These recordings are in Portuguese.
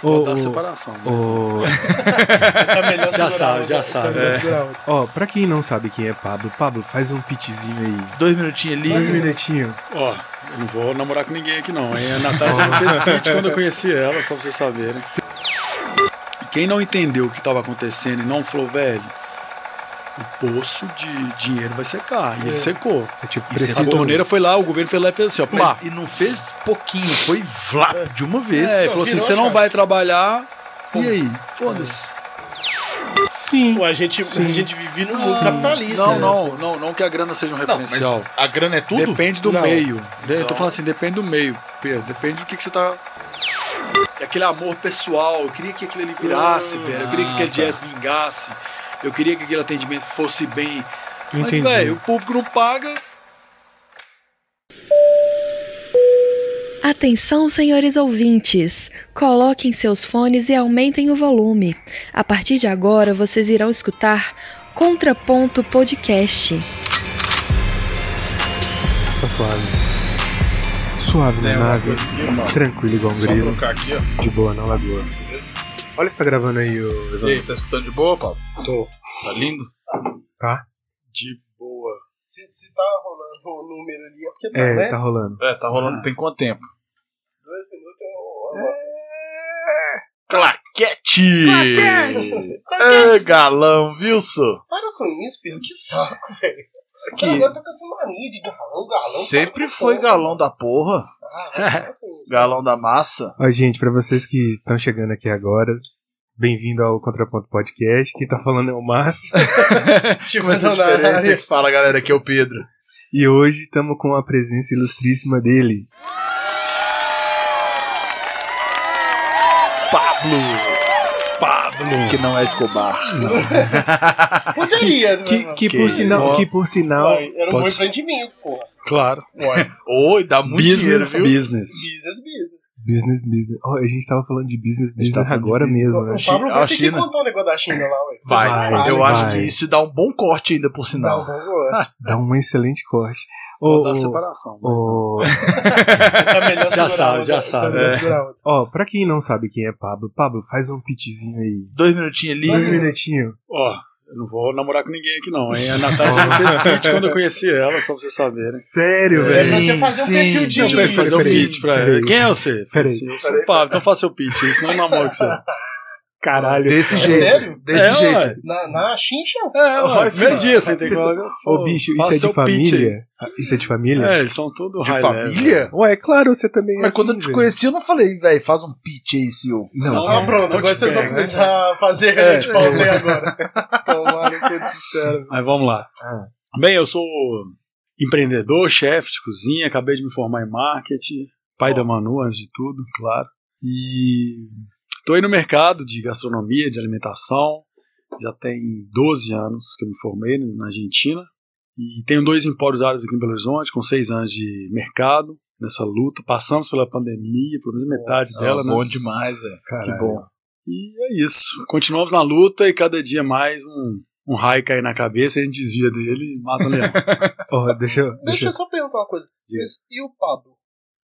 Pode Ô, dar ô, separação. né? É mas- ô, Tá melhor Já segurar sabe, outra, já tá sabe. melhor É. segurar outra. Ó, pra quem não sabe quem é Pablo, Pablo, faz um pitzinho aí. Dois minutinhos ali. Dois minutinhos. Ó, eu não vou namorar com ninguém aqui não, hein? A Natália já me fez pitch quando eu conheci ela, só pra vocês saberem. E quem não entendeu o que estava acontecendo e não falou, velho, o poço de dinheiro vai secar. E ele secou. É tipo, A E você precisa. falou- torneira foi lá, o governo foi lá e fez assim, ó, Mas- pá. e não fez pouquinho, foi vlá, de uma vez. É, ele falou assim, Virou, você não cara. vai trabalhar, e um aí? Foda-se. Sim. Pô, a gente, a gente vive no mundo capitalista. Não, né? não, não, não que a grana seja um Não, mas referencial. a grana é tudo? Depende do Não. meio. né? Eu tô Então- falando assim, depende do meio, Pedro. Depende do que, que você tá. É aquele amor pessoal. Eu queria que aquilo ali virasse, velho. Eu queria que aquele jazz vingasse. Eu queria que aquele atendimento fosse bem. Entendi. Mas, velho, o público não paga. Atenção, senhores ouvintes! Coloquem seus fones e aumentem o volume. A partir de agora, vocês irão escutar Contraponto Podcast. Tá suave. Suave na É, uma nave. coisa aqui, mano. Tranquilo igual um Só grilo. trocar aqui, ó. De boa, na lagoa. Beleza? Olha se tá gravando aí, ô E Evandro. aí, tá escutando de boa, Paulo? Tô. Tá lindo? Tá? De boa. Se, se tá rolando o número ali, é porque tá, É, né? tá rolando. É, tá rolando tem quanto tempo? Dois minutos é uma- É. Claquete! Ê, galão, viu, só? Para com isso, Pedro, que saco, velho. Que- Aqui. Agora tá com essa mania de galão, galão. Sempre para com foi essa galão da porra, porra. Ah, para com isso. galão da massa. Ó, gente, pra vocês que estão chegando aqui agora, bem-vindo ao Contraponto Podcast. Quem tá falando é o Márcio. Tipo, Mas a não, não, diferença é que fala, galera, que é o Pedro. E hoje estamos com a presença ilustríssima dele. Pablo, Pablo. que não é Escobar. Poderia, né? Que, mano? que, Ok. por, sinal, Ó. que por sinal. Vai, Era um Pode bom ser. empreendimento, porra. Claro. Oi, dá muito business, dinheiro, viu? business. Business, business. Business, business. Ó, a gente tava falando de business, gente tá business falando de agora business. mesmo, né? O Pablo A vai ter que China. contar o negócio da China lá, ué. Vai, Vai, eu vai. acho que isso dá um bom corte ainda, por Não, sinal. vamos Dá um excelente corte. Pode Ô, dar ô, separação. mas- ô, Tá melhor Já segurar sabe, outra, já tá sabe. melhor É. segurar outra. ó, pra quem não sabe quem é Pablo, Pablo, faz um pitzinho aí. Dois minutinhos ali. Dois minutinhos. Ó, eu não vou namorar com ninguém aqui não, hein? A Natália já me fez pitch quando eu conheci ela, só pra vocês saberem. Sério, É velho. pra você fazer um sim. perfil de Não, pra ele um assim. fazer o Peraí, pitch pra peraí. ela. Quem é você? Peraí. Assim, Eu sou o Pablo, então faça o pitch, senão eu namoro com você. Caralho. Desse É jeito. sério? Desse É, jeito. ué. Na, na chincha? É, Olha, ué, primeiro dia você tem que falar. Ô, bicho, isso faça é o de pitch aí. família? Isso é de família? É, eles são tudo De high família? Ué, claro, você também é Mas quando eu assim, te velho. conheci, eu não falei, velho, faz um pitch aí, seu. Não, Ah, é. pronto, Não agora te vocês vão pega, começar a fazer É. é. de pau até agora. Tomar no cu desses caras. Mas vamos lá. Ah. Bem, eu sou empreendedor, chefe de cozinha, acabei de me formar em marketing, pai da Manu, antes de tudo, claro. E estou aí no mercado de gastronomia, de alimentação. Já tem 12 anos que eu me formei na Argentina. E tenho dois empórios árabes aqui em Belo Horizonte, com seis anos de mercado, nessa luta. Passamos pela pandemia, pelo menos metade dela, né? é Bom demais, velho. Que Caralho. bom. E é isso. Continuamos na luta e cada dia mais um, um raio cair na cabeça, a gente desvia dele e mata o leão. Ó, deixa, eu- Deixa deixa, eu só perguntar uma coisa. Mas E o Pablo?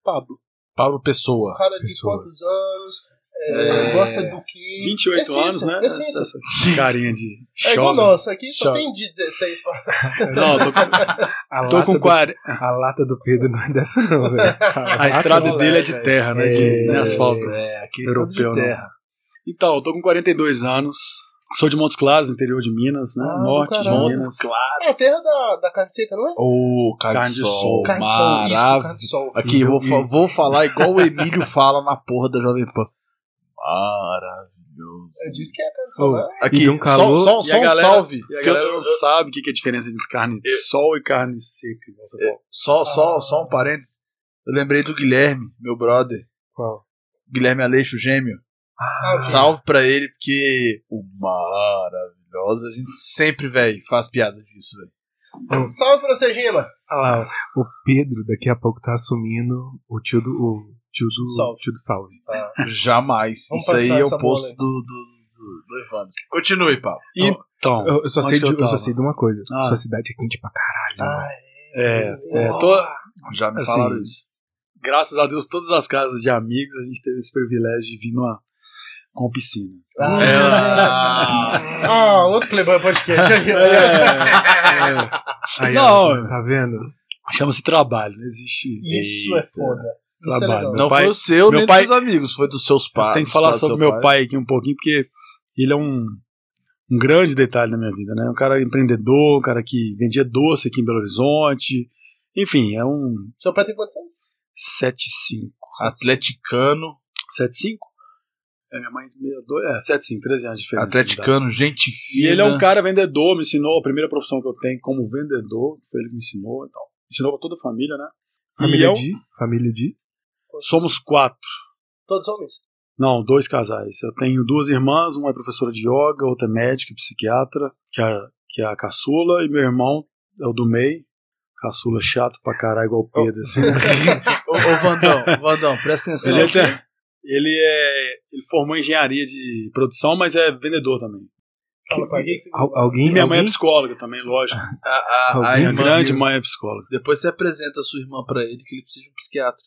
Pablo, Pablo um Pessoa. cara de Pessoa. quantos anos? É, Gosta do que? É 28 Essência, anos, né? É Essência. Essa, essa carinha de É igual jovem. nosso, aqui só Jovem. tem de 16 pra Não, tô, a tô lata com do- 40. A lata do Pedro não é dessa, não, velho. A estrada moleque, dele é de velho. terra, né? É, De né, asfalto. É, aqui Europeu, europeu, não. de terra. Então, eu tô com 42 anos. Sou de Montes Claros, interior de Minas, né? Ah, Norte de caralho. Minas. claro. É a terra da, da carne seca, não é? Ô, carne, Carne de de sol. sol. Carne de sol, isso, Maravilha. carne de sol. Aqui, E vou, eu- fa- vou falar igual o Emílio fala na porra da Jovem Pan. Maravilhoso. Eu disse que é carne de Ô, sol, né? Aqui, E de um calor- só, só, E só a um galera- salve. E a que eu- galera não sabe o que que é a diferença entre carne de sol e carne seca. igual você falou. Só, só, só um parênteses. Eu lembrei do Guilherme, meu brother. Qual? Guilherme Aleixo Gêmeo. Ah, sim. Salve pra ele, porque o maravilhosa, a gente sempre, velho, faz piada disso, velho. Salve pra você, Gila. Olha lá, ó. o Pedro daqui a pouco tá assumindo o tio do. O tio do Salve. Tio do salve. Jamais. Vamos Isso aí passar é essa o posto bola aí. do, do, do, do Evandro. Continue, Paulo. Então, Eu, eu só, onde sei que de, eu, só tava? sei de uma coisa: Ah. sua cidade é quente pra caralho. Ai, É, é, tô, Já me Assim, falaram isso. graças a Deus, todas as casas de amigos, a gente teve esse privilégio de vir numa com piscina. Ah, Nossa. ah, outro Playboy Podcast. aí, ó. É, é. Aí, Não. ó, tá vendo? Chama-se trabalho, não existe. Isso é foda. Isso é Trabalho. legal. Meu Não pai- foi o seu, meu nem pai- dos amigos, foi dos seus Eu pais. tenho que falar é do sobre seu meu pai. aqui um pouquinho, porque ele é um, um grande detalhe na minha vida, né? Um cara empreendedor, um cara que vendia doce aqui em Belo Horizonte. Enfim, é um Seu pai tem quantos anos? 75. Atleticano, 75? É, minha mãe, 62, é, 75, 13 anos de diferença. de idade. atleticano, gente E fina. ele é um cara vendedor, me ensinou a primeira profissão que eu tenho como vendedor, foi ele que me ensinou e tal. Ensinou pra toda a família, né? e Família eu, de. Família de. somos quatro. Todos homens. Não, dois casais. Eu tenho duas irmãs, uma é professora de yoga, outra é médica, e psiquiatra, que é, a- que é a caçula, e meu irmão é o do meio, caçula chato pra caralho, igual o Pedro. assim. Ô, ô, Vandão, Vandão, presta atenção. é Ele, até- ele é. Ele formou em engenharia de produção, mas é vendedor também. Fala, pai, o que que você- Al- E alguém. minha mãe é alguém? psicóloga também, lógico. A, a, a Alguém Minha Ah, irmã grande viu. mãe é psicóloga. Depois você apresenta a sua irmã pra ele que ele precisa de um psiquiatra.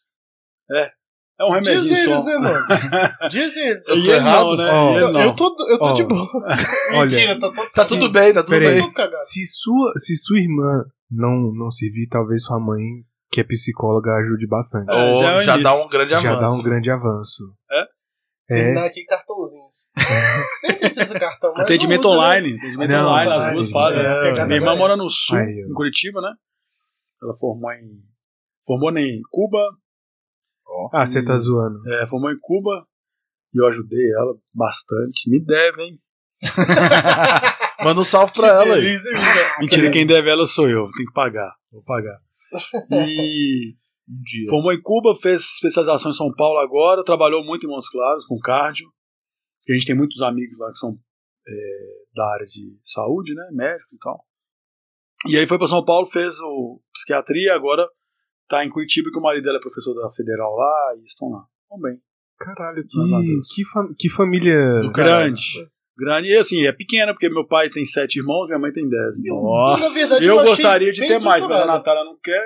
É um Diz remedinho eles, só. né, mano? Diz eles. E ele não, né? Ó, E ele Eu, não. eu tô, eu tô Ó, de boa. Olha, Mentira, tá todo Tá tudo bem, tá tudo Pera aí. bem. Tô cagado. se sua, se sua irmã não, não servir, talvez sua mãe, que é psicóloga, ajude bastante. É, Ô, já é já um início. dá um grande avanço. Já dá um grande avanço. É? Tem que É. dar aqui cartãozinhos. Nem sei se usa cartão, mas Um Atendimento não usa, né? online. Atendimento Não, online, as online. duas fazem. né? É, pegada Minha irmã agora é mora essa. no sul, Aí, ó. em Curitiba, né? Ela formou em. Formou em Cuba, Ah, você tá zoando. é, formou em Cuba. E eu ajudei ela bastante. Me deve, hein? Manda um salve pra ela aí. Feliz, hein, cara? Mentira, quem deve ela sou eu. Tem que pagar. Vou pagar. E Um dia. formou em Cuba, fez especialização em São Paulo agora. Trabalhou muito em Montes Claros com cardio. Porque a gente tem muitos amigos lá que são é, da área de saúde, né? Médico e tal. E aí foi pra São Paulo, fez o psiquiatria. Agora tá em Curitiba, que o marido dela é professor da federal lá. E estão lá. Estão bem. Caralho, que, Graças a Deus. que, fam- que família. Do cara. Grande. Grande. E assim, é pequena, porque meu pai tem sete irmãos, minha mãe tem dez. Então, Nossa. Na verdade, eu achei gostaria de bem ter mais, mas a estruturado. Natália não quer.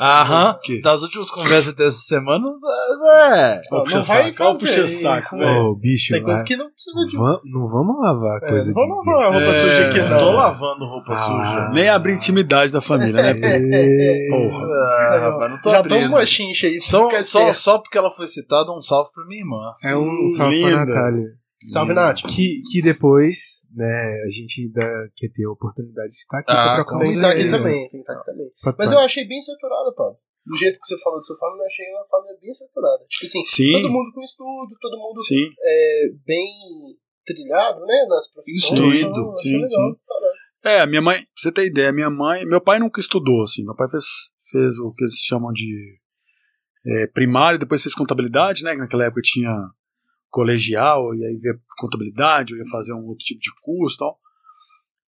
Aham. Por quê? Das últimas conversas dessa semana, é. Ó, Não puxa vai saco, ó, fazer puxa isso, saco, Ô, velho. né? bicho. Tem coisa ah, que não precisa de. vam- não vamos lavar É, coisa não vamos lavar a roupa É. suja aqui, Não tô não. lavando roupa Ah. suja. Nem abrir intimidade da família, né? pô? É. de. Porra. É, Ah, rapaz, não tô Já abrindo. toma uma chincha aí. Só, é fica só, esperto. só porque ela foi citada, um salve pra minha irmã. É um salve Linda. pra Natália. Hum. Salve, Nath. Que, que depois, né, a gente ainda quer ter a oportunidade de estar aqui Ah, pra com trocar Tem que uma estar aqui ideia. também. Tem que estar aqui também. Tá. Pra- Mas pra- eu achei bem estruturada, Pablo. Do jeito que você falou de sua família, eu achei uma família bem estruturada. Tipo assim, Sim. todo mundo com estudo, todo mundo Sim. é, bem trilhado, né? Nas profissões. Instruído, então, eu achei sim, legal, sim. caralho. É, a minha mãe, pra você ter ideia, minha mãe. Meu pai nunca estudou, assim. Meu pai fez, fez o que eles chamam de é, primário, depois fez contabilidade, né? que Naquela época tinha colegial, e aí veio contabilidade, eu ia fazer um outro tipo de curso e tal.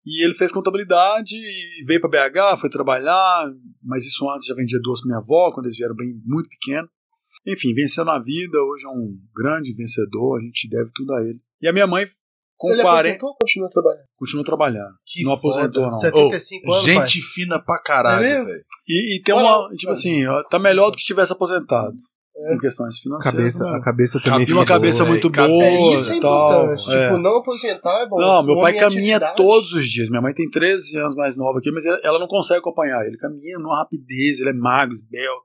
E ele fez contabilidade e veio para BH, foi trabalhar, mas isso antes já vendia doce pra minha avó, quando eles vieram bem muito pequeno. Enfim, venceu na vida, hoje é um grande vencedor, a gente deve tudo a ele. E a minha mãe, com Ele é 40, aposentou ou continua trabalhando? continua trabalhando. Que Não aposentou, não. 75 anos, pai. Gente fina pra caralho, É mesmo? velho. E, e tem Olha uma, lá, tipo olha. assim, ó, tá melhor do que se tivesse aposentado. É. Com questões financeiras. cabeça, é né? a cabeça também e uma ficou- cabeça muito Cabeça. boa. É, isso é e tal, importante. é. Tipo, não aposentar é bom. Não, meu Homem pai em caminha atividade. todos os dias. Minha mãe tem 13 anos mais nova aqui, mas ela- ela não consegue acompanhar. Ele caminha numa rapidez, ele é magro, esbelto.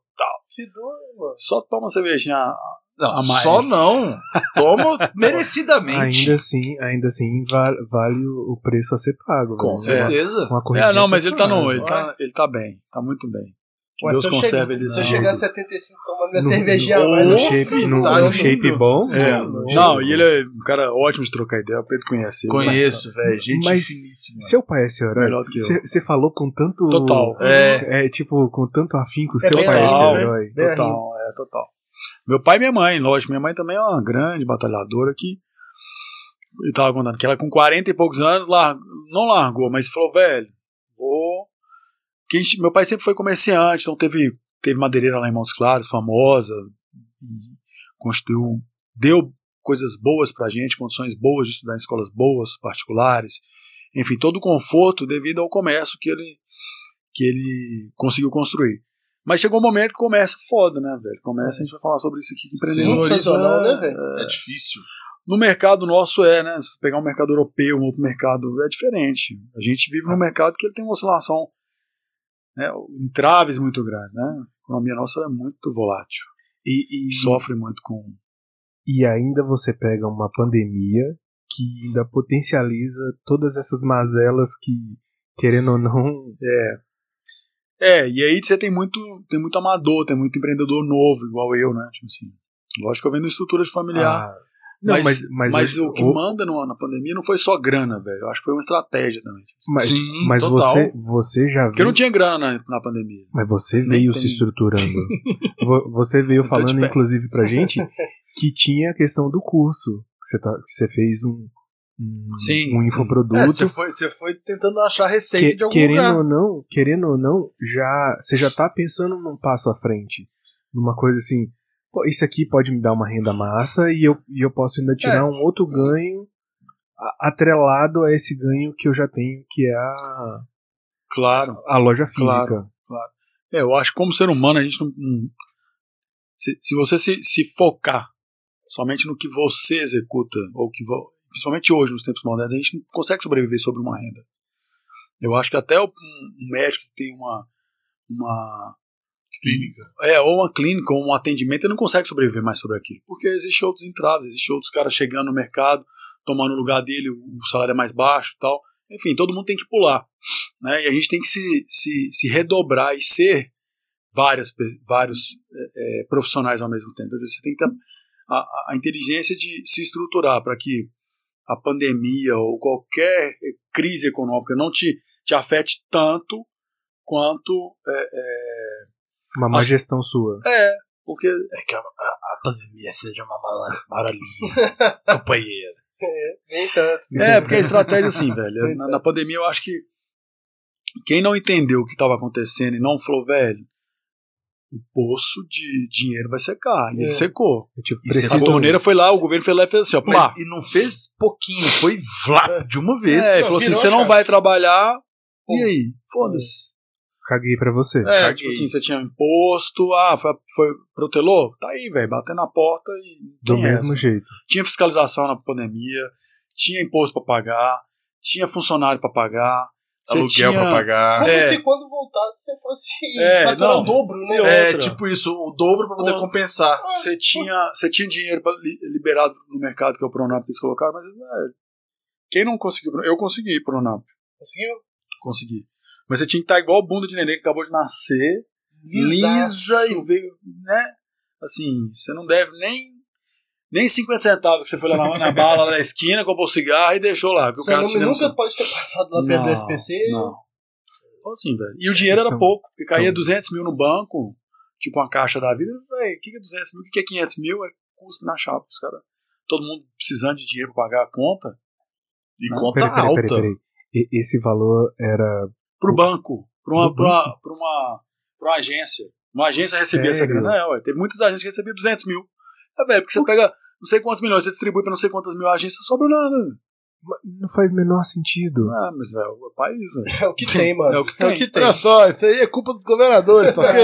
Que doido, mano. Só toma cervejinha. Não, A mais. só não. Toma merecidamente. Ainda assim, ainda assim vale, vale o o preço a ser pago. Com velho. certeza. Uma correria É, não, mas ele tá, profissional. no, ele, tá, ele tá bem. Tá muito bem. Que Ué, Deus se eu conserve chegar- ele. Se eu não. chegar a 75 tomando minha No- cervejinha a no- mais, No eu Ô, shape, filho, no, tá no lindo. shape bom. É, no Não, shape e ele é um cara ótimo de trocar ideia. O Pedro conhece É. ele. Conheço, velho. Gente Mas- finíssima. Seu pai é seu herói? Melhor do que eu. Você falou com tanto. Total. É. É, tipo, com tanto afinco, É seu bem pai é legal, seu né? herói. Bem Total, é, total. Meu pai e minha mãe, lógico. Minha mãe também é uma grande batalhadora que. E tava contando que ela com 40 e poucos anos lar- não largou, mas falou, velho, vou. Que a gente- meu pai sempre foi comerciante, então teve, teve madeireira lá em Montes Claros, famosa, e constituiu, deu coisas boas pra gente, condições boas de estudar em escolas boas, particulares, enfim, todo o conforto devido ao comércio que ele, que ele conseguiu construir. Mas chegou um momento que começa foda, né, velho? Começa, a gente vai falar sobre É. isso aqui, que Muito empreendedorismo. sazonal, é- né, velho? É difícil. No mercado nosso é, né? Se pegar um mercado europeu, um outro mercado, é diferente. A gente vive num mercado que ele tem uma oscilação, né, em traves muito grandes, né? A economia nossa é muito volátil. E, e, Sofre muito com e ainda você pega uma pandemia que ainda potencializa todas essas mazelas que, querendo ou não, É. É, e aí você tem muito, tem muito amador, tem muito empreendedor novo, igual eu, né? Tipo assim. Lógico que eu vendo estrutura de familiar. ah, não, mas, mas, hoje- o que manda no- na pandemia não foi só grana, velho. Eu acho que foi uma estratégia também. Tipo assim. mas, Sim, mas total. você você já Porque viu eu não tinha grana na, na pandemia. Mas você Nem veio tem. se estruturando. Vo- você veio Eu tô de falando, pé. inclusive, pra gente que tinha a questão do curso. Que você, tá, que você fez um, um, Sim. um infoproduto. É, você foi, você foi tentando achar receita que- de algum querendo lugar. ou não, querendo ou não, já você já tá pensando num passo à frente. Numa coisa assim, pô, isso aqui pode me dar uma renda massa e eu, e eu posso ainda tirar É. um outro ganho a- atrelado a esse ganho que eu já tenho, que é a, Claro. a loja física. Claro. É, eu acho que como ser humano, a gente não. não- se, se você se, se focar somente no que você executa, ou que vo- principalmente hoje, nos tempos modernos, a gente não consegue sobreviver sobre uma renda. Eu acho que até o- um médico que tem uma. uma clínica. É, ou uma clínica, ou um atendimento, ele não consegue sobreviver mais sobre aquilo. Porque existem outros entradas, existem outros caras chegando no mercado, tomando o lugar dele, o salário é mais baixo e tal. Enfim, todo mundo tem que pular né? E a gente tem que se, se, se redobrar e ser várias, pe- vários é, é, profissionais ao mesmo tempo. Ou seja, Você tem que ter a- a, a inteligência de se estruturar para que a pandemia ou qualquer crise econômica não te, te afete tanto quanto é, Uma má Acho- gestão sua. é porque É que a, pandemia seja uma maravilha, companheiro. Nem tanto. É, porque a estratégia, assim, velho. Na, na pandemia, eu acho que quem não entendeu o que estava acontecendo e não falou, velho, o poço de dinheiro vai secar. E ele É. secou. É tipo, E precisa- a torneira foi lá, o governo foi lá e fez assim, ó, Mas, pá. e não fez pouquinho, foi vlá, de uma vez. É, falou assim, virou você a não chave. vai trabalhar, e aí? Foda-se. Caguei pra você. É, Caguei. tipo assim, você tinha imposto, ah, foi, foi protelou? Tá aí, velho, batendo na porta e... Do tem mesmo é essa. jeito. Tinha fiscalização na pandemia, tinha imposto pra pagar, tinha funcionário pra pagar, você Aluguel tinha... pra pagar. Como É. se quando voltasse você fosse É, faturar não. o dobro, né? É, É, outra. tipo isso, o dobro pra poder Com- compensar. Você tinha, você tinha dinheiro pra li- liberado no mercado que é o Pronamp que eles colocaram, mas é, quem não conseguiu, eu consegui Pronamp, Conseguiu? consegui. Mas você tinha que estar igual bunda de neném que acabou de nascer, Lisaço. lisa e veio, né? Assim, você não deve nem nem 50 centavos que você foi lá na, na bala da esquina, comprou um cigarro e deixou lá, que o Seu cara te nome nunca denunciou. pode ter passado lá perto do SPC. Não. Então, assim, velho. E o dinheiro era São- pouco, porque caía são- 200 mil no banco, tipo uma caixa da vida. Véi, o que que é 200 mil? O que que é 500 mil? É custo na chapa, os caras. Todo mundo precisando de dinheiro pra pagar a conta. E Não, conta alta. E- Esse valor é, era. Pro banco, pra uma, Pro pra uma, pra uma, pra uma agência. Uma agência recebia essa Sério? grana, é, ué. Teve muitas agências que recebiam 200 mil. É, velho, porque você pega não sei quantos milhões, você distribui pra não sei quantas mil agências, sobra nada. Mas Não faz o menor sentido. Ah, mas, velho, o país, velho. É o que tem, É mano. o que tem. Olha só, isso aí é culpa dos governadores, tá ok?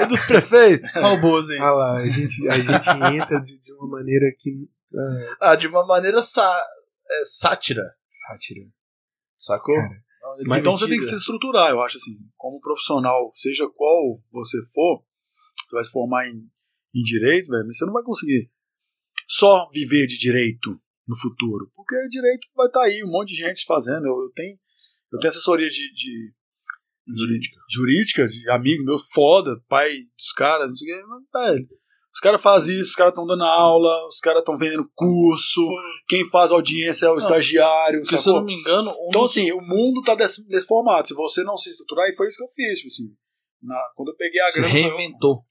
e dos prefeitos. Olha o Bozo aí. Ah lá, a gente, a gente entra de, de uma maneira que. Ah, de uma maneira sa- é, sátira, Sátira. sacou? Cara, Mas então você tem que se estruturar, eu acho assim, como profissional, seja qual você for, você vai se formar em, em direito, velho, mas você não vai conseguir só viver de direito no futuro, porque direito vai estar aí, um monte de gente fazendo. Eu, eu tenho eu tenho assessoria de, de- de- Jurídica. jurídica, de amigo meu foda, pai dos caras, não sei o quê, mas, velho, os caras fazem isso, os caras estão dando aula, os caras estão vendendo curso, quem faz audiência é o estagiário, Porque, se eu sacou? não me engano, um Então, assim, o mundo tá desse, desse formato. Se você não se estruturar, e foi isso que eu fiz, tipo assim. na- quando eu peguei a se grana. eu falei, reinventou.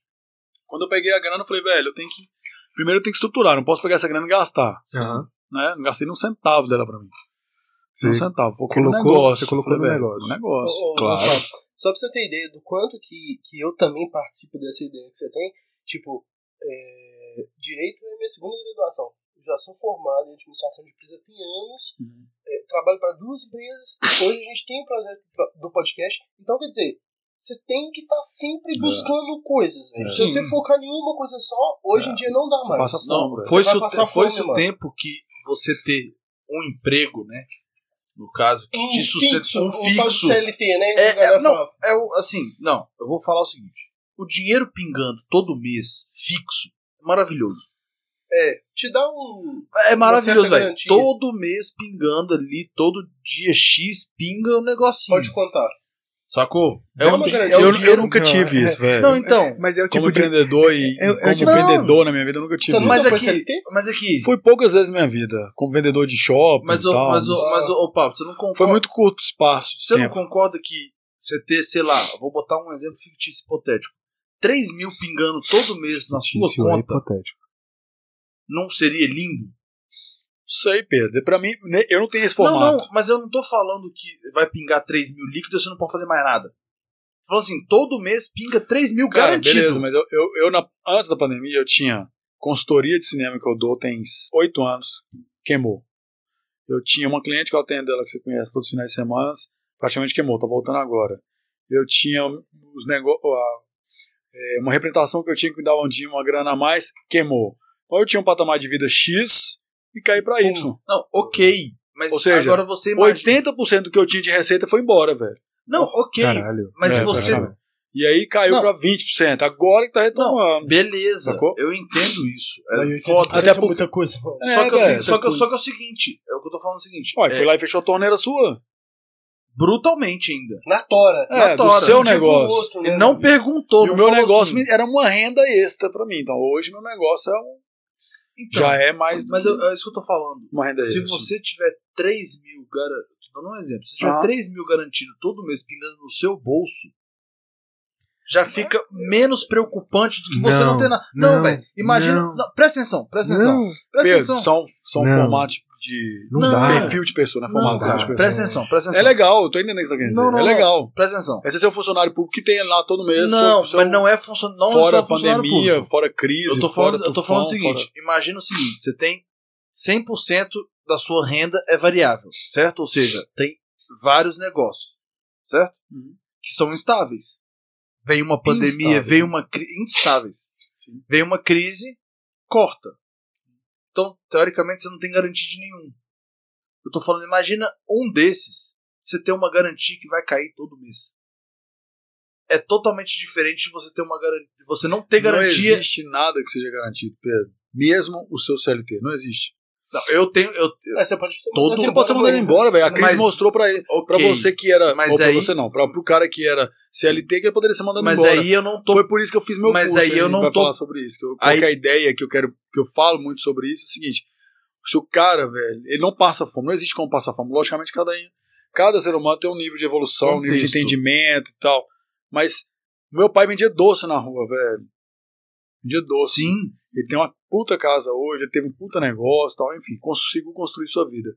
quando eu peguei a grana, eu falei, velho, eu tenho que. Primeiro eu tenho que estruturar, não posso pegar essa grana e gastar. Aham. Né? Não gastei nem um centavo dela pra mim. Sim. Um centavo. Coloquei colocou- no negócio. você colocou Eu falei, no velho, negócio. No negócio. Ô, ô, Claro. Rafael, Só pra você ter ideia do quanto que, que eu também participo dessa ideia que você tem, tipo, é, direito é minha segunda graduação. Eu já sou formado em administração de empresa tem anos, Uhum. é, trabalho para duas empresas, hoje a gente tem um projeto pra- do podcast. Então, quer dizer, você tem que estar sempre buscando coisas, velho. É. Se você focar em uma coisa só, hoje em dia não dá Você mais. passa Não, Sombra. foi Você vai o passar foi fome, o mano. tempo que você ter um emprego, né? No caso, que Um te sustenta fixo, um O tal de fixo. CLT, né? É, que a galera é, não. fala. É o- assim, não, eu vou falar o seguinte: o dinheiro pingando todo mês, fixo, é maravilhoso. É, te dá um. É maravilhoso, certa velho. garantia. Todo mês pingando ali, todo dia X pinga o negocinho. Pode contar. Sacou? É, Dá um uma di- garantia. é um eu, eu dinheiro. nunca não, tive é- isso, velho. Não, então. Mas é o tipo como de. empreendedor e é- é o como tipo de- vendedor na minha vida, eu nunca tive Você não isso. Mas é foi aqui- CLT? Mas aqui. Foi poucas vezes na minha vida, como vendedor de shopping Mas, e o, tal. mas, o, mas mas, o, ô, Pablo, você não concorda. foi muito curto o espaço de Você não tempo. concorda que você ter, sei lá, vou botar um exemplo fictício hipotético. 3 mil pingando todo mês na sua Isso é conta hipotético. não seria lindo? Sei, Pedro. Pra mim, né, eu não tenho esse Não, formato. não, mas eu não tô falando que vai pingar 3 mil líquidos e você não pode fazer mais nada. Tô falando assim, todo mês pinga 3 mil Cara, garantido. beleza, mas eu, eu, eu na- antes da pandemia eu tinha consultoria de cinema que eu dou tem s- oito anos, queimou. Eu tinha uma cliente que eu atendo ela que você conhece todos os finais de semana, praticamente queimou, tá voltando agora. Eu tinha os negócios. é, uma representação que eu tinha que me dar um dia uma grana a mais, queimou. Ou eu tinha um patamar de vida X e caí pra Y. Não, ok. Mas Ou seja, agora você imagina. 80% do que eu tinha de receita foi embora, velho. Não, ok. Caralho. mas É, você. caralho. E aí caiu Não. pra 20%. Agora que tá retomando. Beleza, Sacou? eu entendo isso. Aí, É 80% foda. Até é porque- muita coisa. mano. É, só, que é o velho, seguinte- só, que, é- essa só que é o seguinte, é o que eu tô falando é o seguinte. Ué, é, foi lá e fechou a torneira sua. brutalmente ainda. Na tora. É, Na do tora. seu Não Tipo o negócio. outro, né, Ele não mano? perguntou. e não o meu falou negócio assim. me- era uma renda extra pra mim. Então hoje meu negócio é um- Então, já é mais do Mas que eu- é isso que eu tô falando. uma renda Se extra. assim. você tiver 3 mil garantido, tô dando um exemplo, se tiver Aham. 3 mil garantido todo mês pingando no seu bolso, já fica menos preocupante do que você não, Não, ter nada. Não, não, velho. Imagina. não. não, presta atenção, presta atenção. Não, Presta Pedro, atenção. são, são Não. formatos de. não, Não, dá. Perfil de pessoa, né? não, Formato cara, de cara, pessoa. presta atenção, presta É atenção. legal, eu tô entendendo o que você tá querendo dizer. Não, não, é não. legal. Presta atenção. Esse é seu funcionário público que tem lá todo mês. Não, seu- seu- mas não é funcionário. Não fora é só funcionário pandemia, público. fora crise. Eu tô falando, fora eu tô falando o tufão, seguinte, fora- imagina o seguinte, você tem 100% da sua renda é variável, certo? Ou seja, tem vários negócios, certo? Uhum. Que são instáveis. Vem uma pandemia, Instáveis, vem uma crise instáveis. Sim. Vem uma crise, corta. Então, teoricamente você não tem garantia de nenhum. Eu tô falando, imagina um desses, você ter uma garantia que vai cair todo mês. É totalmente diferente de você ter uma garantia, você não ter Não garantia existe nada que seja garantido, Pedro. Mesmo o seu CLT, não existe. Não, eu tenho. Eu, É, você pode ser Todo- mandado Você pode ser mandado embora, velho. A crise Mas- mostrou pra ele. ok, Pra você que era. Mas ou pra aí- você não, pra, pro cara que era CLT, que ele poderia ser mandado Mas tá embora. aí eu não tô. Foi por isso que eu fiz meu Mas curso. aí a eu gente não vai tô- falar sobre isso. Que eu, Aí- Qual que é a ideia que eu quero. Que eu falo muito sobre isso é o seguinte: se o cara, velho, ele não passa fome, não existe como passar fome. Logicamente, cada, cada ser humano tem um nível de evolução, um nível de Contexto. entendimento e tal. Mas meu pai vendia doce na rua, velho. Vendia doce. Sim. Ele tem uma puta casa hoje, ele teve um puta negócio, tal, enfim, conseguiu construir sua vida.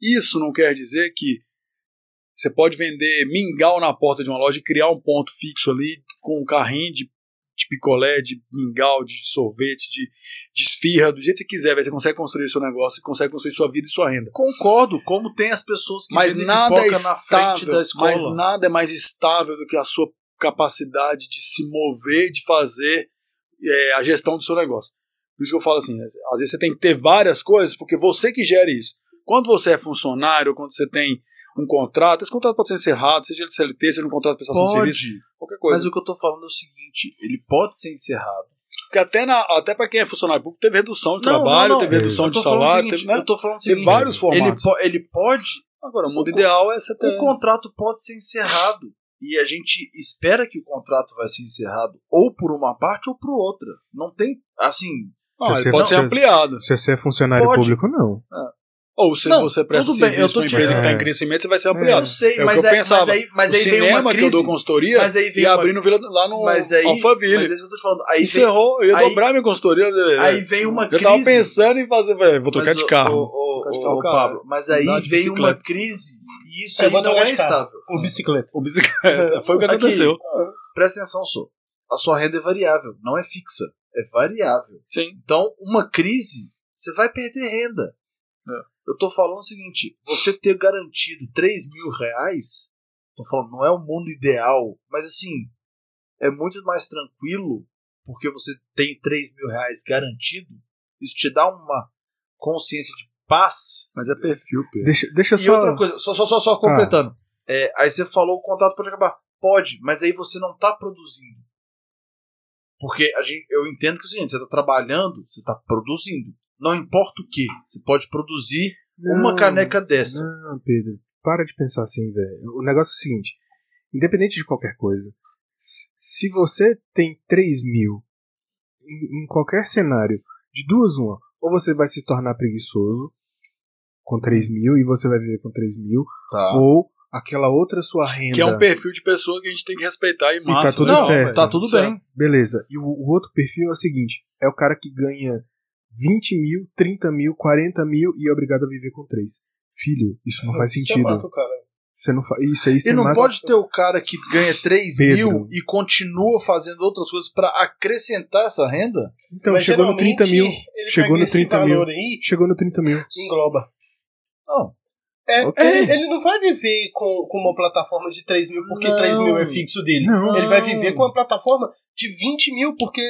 Isso não quer dizer que você pode vender mingau na porta de uma loja e criar um ponto fixo ali com um carrinho de, de picolé, de mingau, de sorvete, de, de esfirra, do jeito que você quiser, velho. você consegue construir seu negócio, você consegue construir sua vida e sua renda. Concordo, como tem as pessoas que Mas vendem nada é pipoca na frente estável, da escola. mas nada é mais estável do que a sua capacidade de se mover, de fazer é, a gestão do seu negócio. Por isso que eu falo assim, às vezes você tem que ter várias coisas, porque você que gera isso. Quando você é funcionário, quando você tem um contrato, esse contrato pode ser encerrado, seja ele CLT, seja um contrato de prestação de serviço, Pode, qualquer coisa. mas o que eu tô falando é o seguinte: ele pode ser encerrado. Porque até, na- até para quem é funcionário público, teve redução de Não, trabalho, não, não. teve redução Eu de tô falando o salário, seguinte, teve, né? Eu tô falando o Tem seguinte: vários ele, formatos. po- ele pode. Agora, o mundo o co- ideal é você ter... O contrato pode ser encerrado. E a gente espera que o contrato vai ser encerrado ou por uma parte ou por outra. Não tem, assim, Não, ah, ele Você- pode não, ser você- ampliado. Se você é funcionário Pode. público, não. Ou se Não, você presta tudo bem, eu serviço tô para uma te- empresa que está É. em crescimento, você vai ser Eu ampliado. sei, É o mas, que eu aí, pensava. mas aí, mas o aí vem uma cinema que eu crise. dou consultoria mas aí vem e uma- abri no Vila, lá no mas aí, Mas Alphaville. é isso que eu tô te falando. Aí, vem, Encerrou, eu ia aí- dobrar minha consultoria. né? aí vem uma eu crise. tava pensando em fazer, velho, vou trocar Mas de o- carro. o- o- Trocar de o- carro, o cara. Pablo, mas aí Andar de vem uma bicicleta. crise e isso É, aí vou não trocar é de carro. estável. Com bicicleta. O bicicleta. É, Foi o que Aqui. aconteceu. Presta atenção, só. A sua renda é variável, não é fixa, é variável. Sim. Então, uma crise, você vai perder renda. Eu tô falando o seguinte: você ter garantido 3 mil reais Tô falando, não é o mundo ideal, mas assim, é muito mais tranquilo porque você tem 3 mil reais garantido. Isso te dá uma consciência de paz. Mas é perfil, Pedro. Deixa, deixa eu E só. outra coisa, só, só, só, só completando. É, aí você falou o contrato pode acabar. Pode, mas aí você não tá produzindo. Porque a gente, eu entendo que é o seguinte, você tá trabalhando, você tá produzindo. Não importa o que, você pode produzir uma Não, caneca dessa. Não, Pedro, para de pensar assim, velho. O negócio é o seguinte: independente de qualquer coisa, s- se você tem 3 mil em, em qualquer cenário, de duas, uma, ou você vai se tornar preguiçoso com 3 mil e você vai viver com 3 mil, Tá. ou aquela outra sua renda. Que é um perfil de pessoa que a gente tem que respeitar e massa. tá tudo né? Não, certo. velho? tá tudo bem. Beleza. E o, o outro perfil é o seguinte: é o cara que ganha 20 mil, 30 mil, 40 mil e é obrigado a viver com 3. Filho, isso não faz Você sentido. mata o cara. Você não fa... Isso aí E você não mata- pode ter o cara que ganha 3 mil Pedro. e continua fazendo outras coisas pra acrescentar essa renda? Então, Mas chegou no 30 mil. geralmente, ele Chegou pega no esse 30 mil. valor aí Chegou no 30 mil. e engloba. Não. É, Ok. ele, ele não vai viver com, com uma plataforma de 3 mil porque Não. 3 mil é fixo dele. Não. Ele vai viver com uma plataforma de 20 mil porque,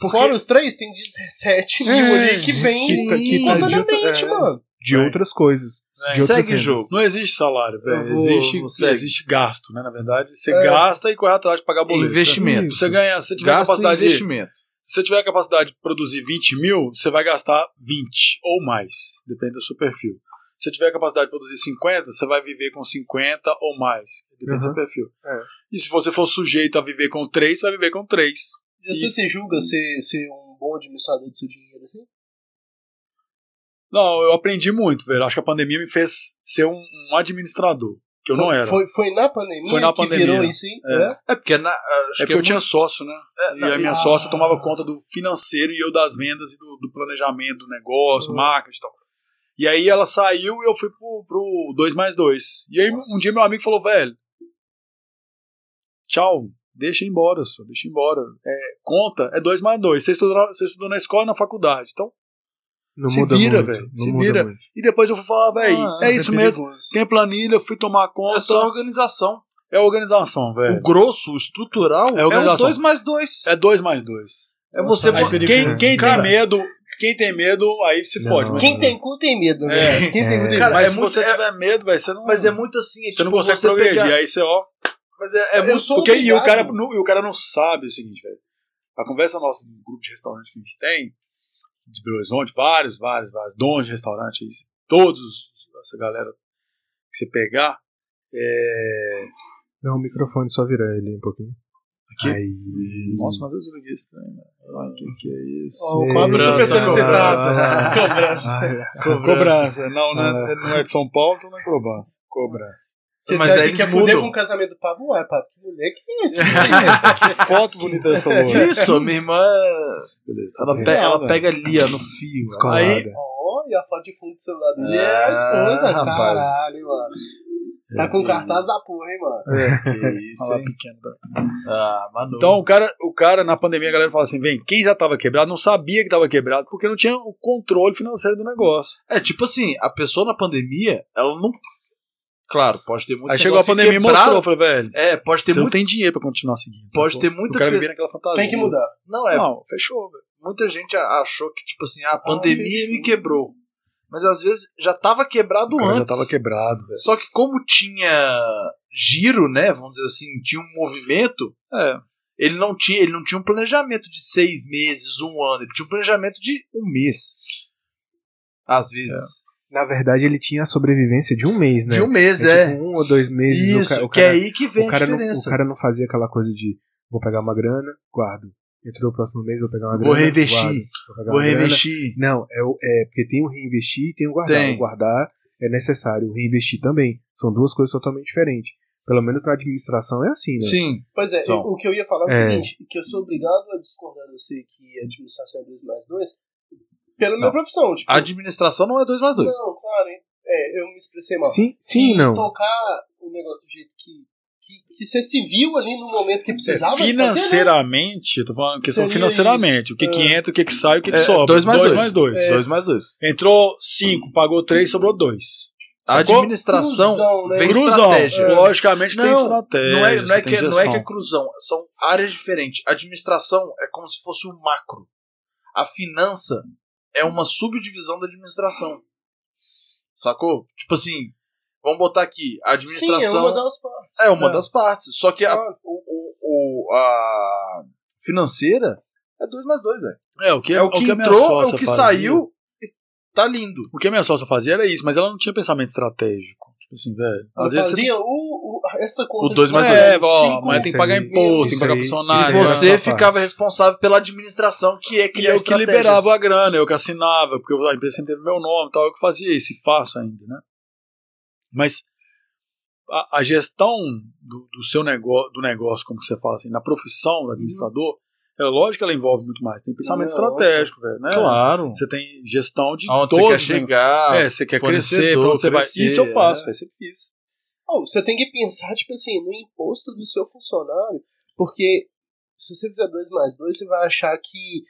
Porque- fora os 3 tem 17 mil É, ali que vem que tá- que tá espontaneamente, de outra- é. mano. De É. outras coisas. É, de outras segue o rendas. jogo. Não existe salário, velho. Eu vou- Existe, vou seguir. existe gasto, né? Na verdade, você É. gasta e corre atrás de pagar Tá boleto. é né? Investimento. Você ganha, se tiver Gasto e capacidade de, investimento. se você tiver capacidade de produzir 20 mil, você vai gastar 20 ou mais, depende do seu perfil. Se você tiver capacidade de produzir 50, você vai viver com 50 ou mais, depende do seu Uhum. perfil. É. E se você for sujeito a viver com 3, você vai viver com 3. Você se julga ser, ser um bom administrador do seu dinheiro, assim? Não, eu aprendi muito, velho. Acho que a pandemia me fez ser um, um administrador, que eu não era. Foi, foi na pandemia Foi na que pandemia. virou isso, hein? É. É. É porque na, acho É que porque eu tinha sócio, né? E a minha Ah. sócia tomava conta do financeiro e eu das vendas e do, do planejamento do negócio, Uhum. marketing e tal. E aí ela saiu e eu fui pro, pro 2 mais 2. E aí um dia meu amigo falou, velho, tchau, deixa ir embora, só, deixa ir embora. É, conta é 2 mais 2. Você estudou, na- você estudou na escola e na faculdade. Então, Não Se muda vira, muito, velho, não se muda vira. muito. e depois eu fui falar, velho, Ah, é isso mesmo. Tem planilha, fui tomar É conta. só organização. É organização, velho. O grosso, o estrutural, É é, o organização. 2 mais 2. É, É 2 mais 2. É você. é Mas bo- perigoso. Quem, quem Cara, tem medo, quem tem medo, aí se Não. fode. Mas Quem tem cu tem medo, né? É. Quem tem cu tem medo. Cara, mas é se muito- você é- tiver medo, velho, você não. Mas é muito assim. É, você não tipo, consegue você progredir. pegar- Aí você, ó. Mas é, é Eu muito. sou Porque, e, o obrigado. cara, não- e o cara não sabe o seguinte, velho. A conversa nossa no grupo de restaurante que a gente tem, de Belo Horizonte, vários, vários, vários donos de restaurante, aí, todos, os- essa galera que você pegar, é. Não, o microfone, só virar ele um pouquinho. Aqui. Aí. Nossa, mas eu desliguei esse trem, velho. Ai, que que é isso? Ó, o Pablo Cobrança, já pensando né? em cobrança. sentar. Cobrança. Ah, Cobrança. Não, não é, não é de São Paulo, então não é cobrança. Cobrança. Esse Mas cara aí que quer eles foder mudam. com o casamento do Pablo, ué, Pablo, que moleque. é que foto bonita essa loura. Isso, a minha irmã. Beleza, tá Ela, bem. pe- ela pega ali, ó, no fio. Descolada. Aí- Ó, e a foto de fundo do celular dele Ah, é a esposa, rapaz. caralho, hein, mano. Tá com cartaz da porra, hein, mano. É. Que é, isso, Olha lá, hein? pequena. Ah, Manu. Então o cara, o cara na pandemia a galera fala assim, vem, quem já tava quebrado não sabia que tava quebrado porque não tinha o controle financeiro do negócio. É tipo assim, a pessoa na pandemia, ela não. Claro, pode ter muito Aí chegou a negócio pandemia e quebrado. mostrou, eu falei, velho, É, pode ter você não muito. tem dinheiro pra continuar seguindo. Pode sacou? ter muita O cara pe- viver naquela fantasia. Tem que mudar. Não, é. Não, fechou, velho. Muita gente a- achou que, tipo assim, a pandemia fechou. me quebrou. Mas às vezes já tava quebrado O cara antes. já tava quebrado, velho. Só que como tinha giro, né? Vamos dizer assim, tinha um movimento, É, ele não tinha, ele não tinha um planejamento de seis meses, um ano, ele tinha um planejamento de um mês. Às vezes. Na verdade, ele tinha a sobrevivência de um mês, né? De um mês, É é. tipo um ou dois meses. o Isso, ca- o que cara- é aí que vem o cara, a não, diferença. o cara não fazia aquela coisa de vou pegar uma grana, guardo. Entrou o próximo mês, vou pegar uma Vou grana. reinvestir. guardo. Vou pegar Vou uma grana. reinvestir. Não, é, o- é porque tem o reinvestir e tem o guardar. Tem. O guardar é necessário, o reinvestir também. São duas coisas totalmente diferentes. Pelo menos pra administração é assim, né? Sim. Pois é, São. o que eu ia falar é o É. seguinte, que eu sou obrigado a discordar de você que a administração é 2 mais 2 pela minha Não. profissão, tipo... A administração não é dois mais dois. Não, claro, hein. É, eu me expressei mal. Sim, sim, E não. tocar o negócio do jeito que, que, que você se viu ali no momento que precisava. de fazer, né? financeiramente, eu tô falando questão Seria financeiramente, isso. o que que É. entra, o que que sai, o que que É, sobra. dois É. mais dois. mais dois. Dois mais dois. Entrou cinco, pagou três, sobrou dois. A Sacou? administração Cruzão, né? vem Cruzão. estratégia. Logicamente tem Não, estratégia. Não é, não, é tem que, não é que gestão. é cruzão, são áreas diferentes. A administração é como se fosse o macro. A finança é uma subdivisão da administração. Sacou? Tipo assim, vamos botar aqui, a administração Ah, Sim, é Ah. uma das partes. é uma É. das partes. Só que a, Claro. o, o- o- a financeira é dois mais dois, velho. É, o que, É o que, a minha entrou, é o sócia que fazia. saiu e tá lindo. O que a minha sócia fazia era isso, mas ela não tinha pensamento estratégico. Tipo assim, velho. Às Ela vezes você fazia o, o- essa conta. O dois de mais cinco, dois. É, ó, cinco, mas tem que pagar imposto, tem que pagar funcionário. E né? você essa ficava responsável pela administração, que é E criar eu que estratégias. liberava a grana, eu que assinava, porque a empresa sempre teve meu nome e tal, eu que fazia isso e faço ainda, né? Mas a, a gestão do, do seu negócio, do negócio, como que você fala assim, na profissão do administrador, é lógico que ela envolve muito mais. Tem pensamento Uhum. É, estratégico, velho, né? Claro. Você tem gestão de Aonde você quer todos. né? chegar. É, você quer crescer, Ah, fornecedor, pra onde você vai. crescer, Isso eu faço, é. velho, sempre fiz. Não, você tem que pensar, tipo assim, no imposto do seu funcionário, porque se você fizer 2 mais 2, você vai achar que.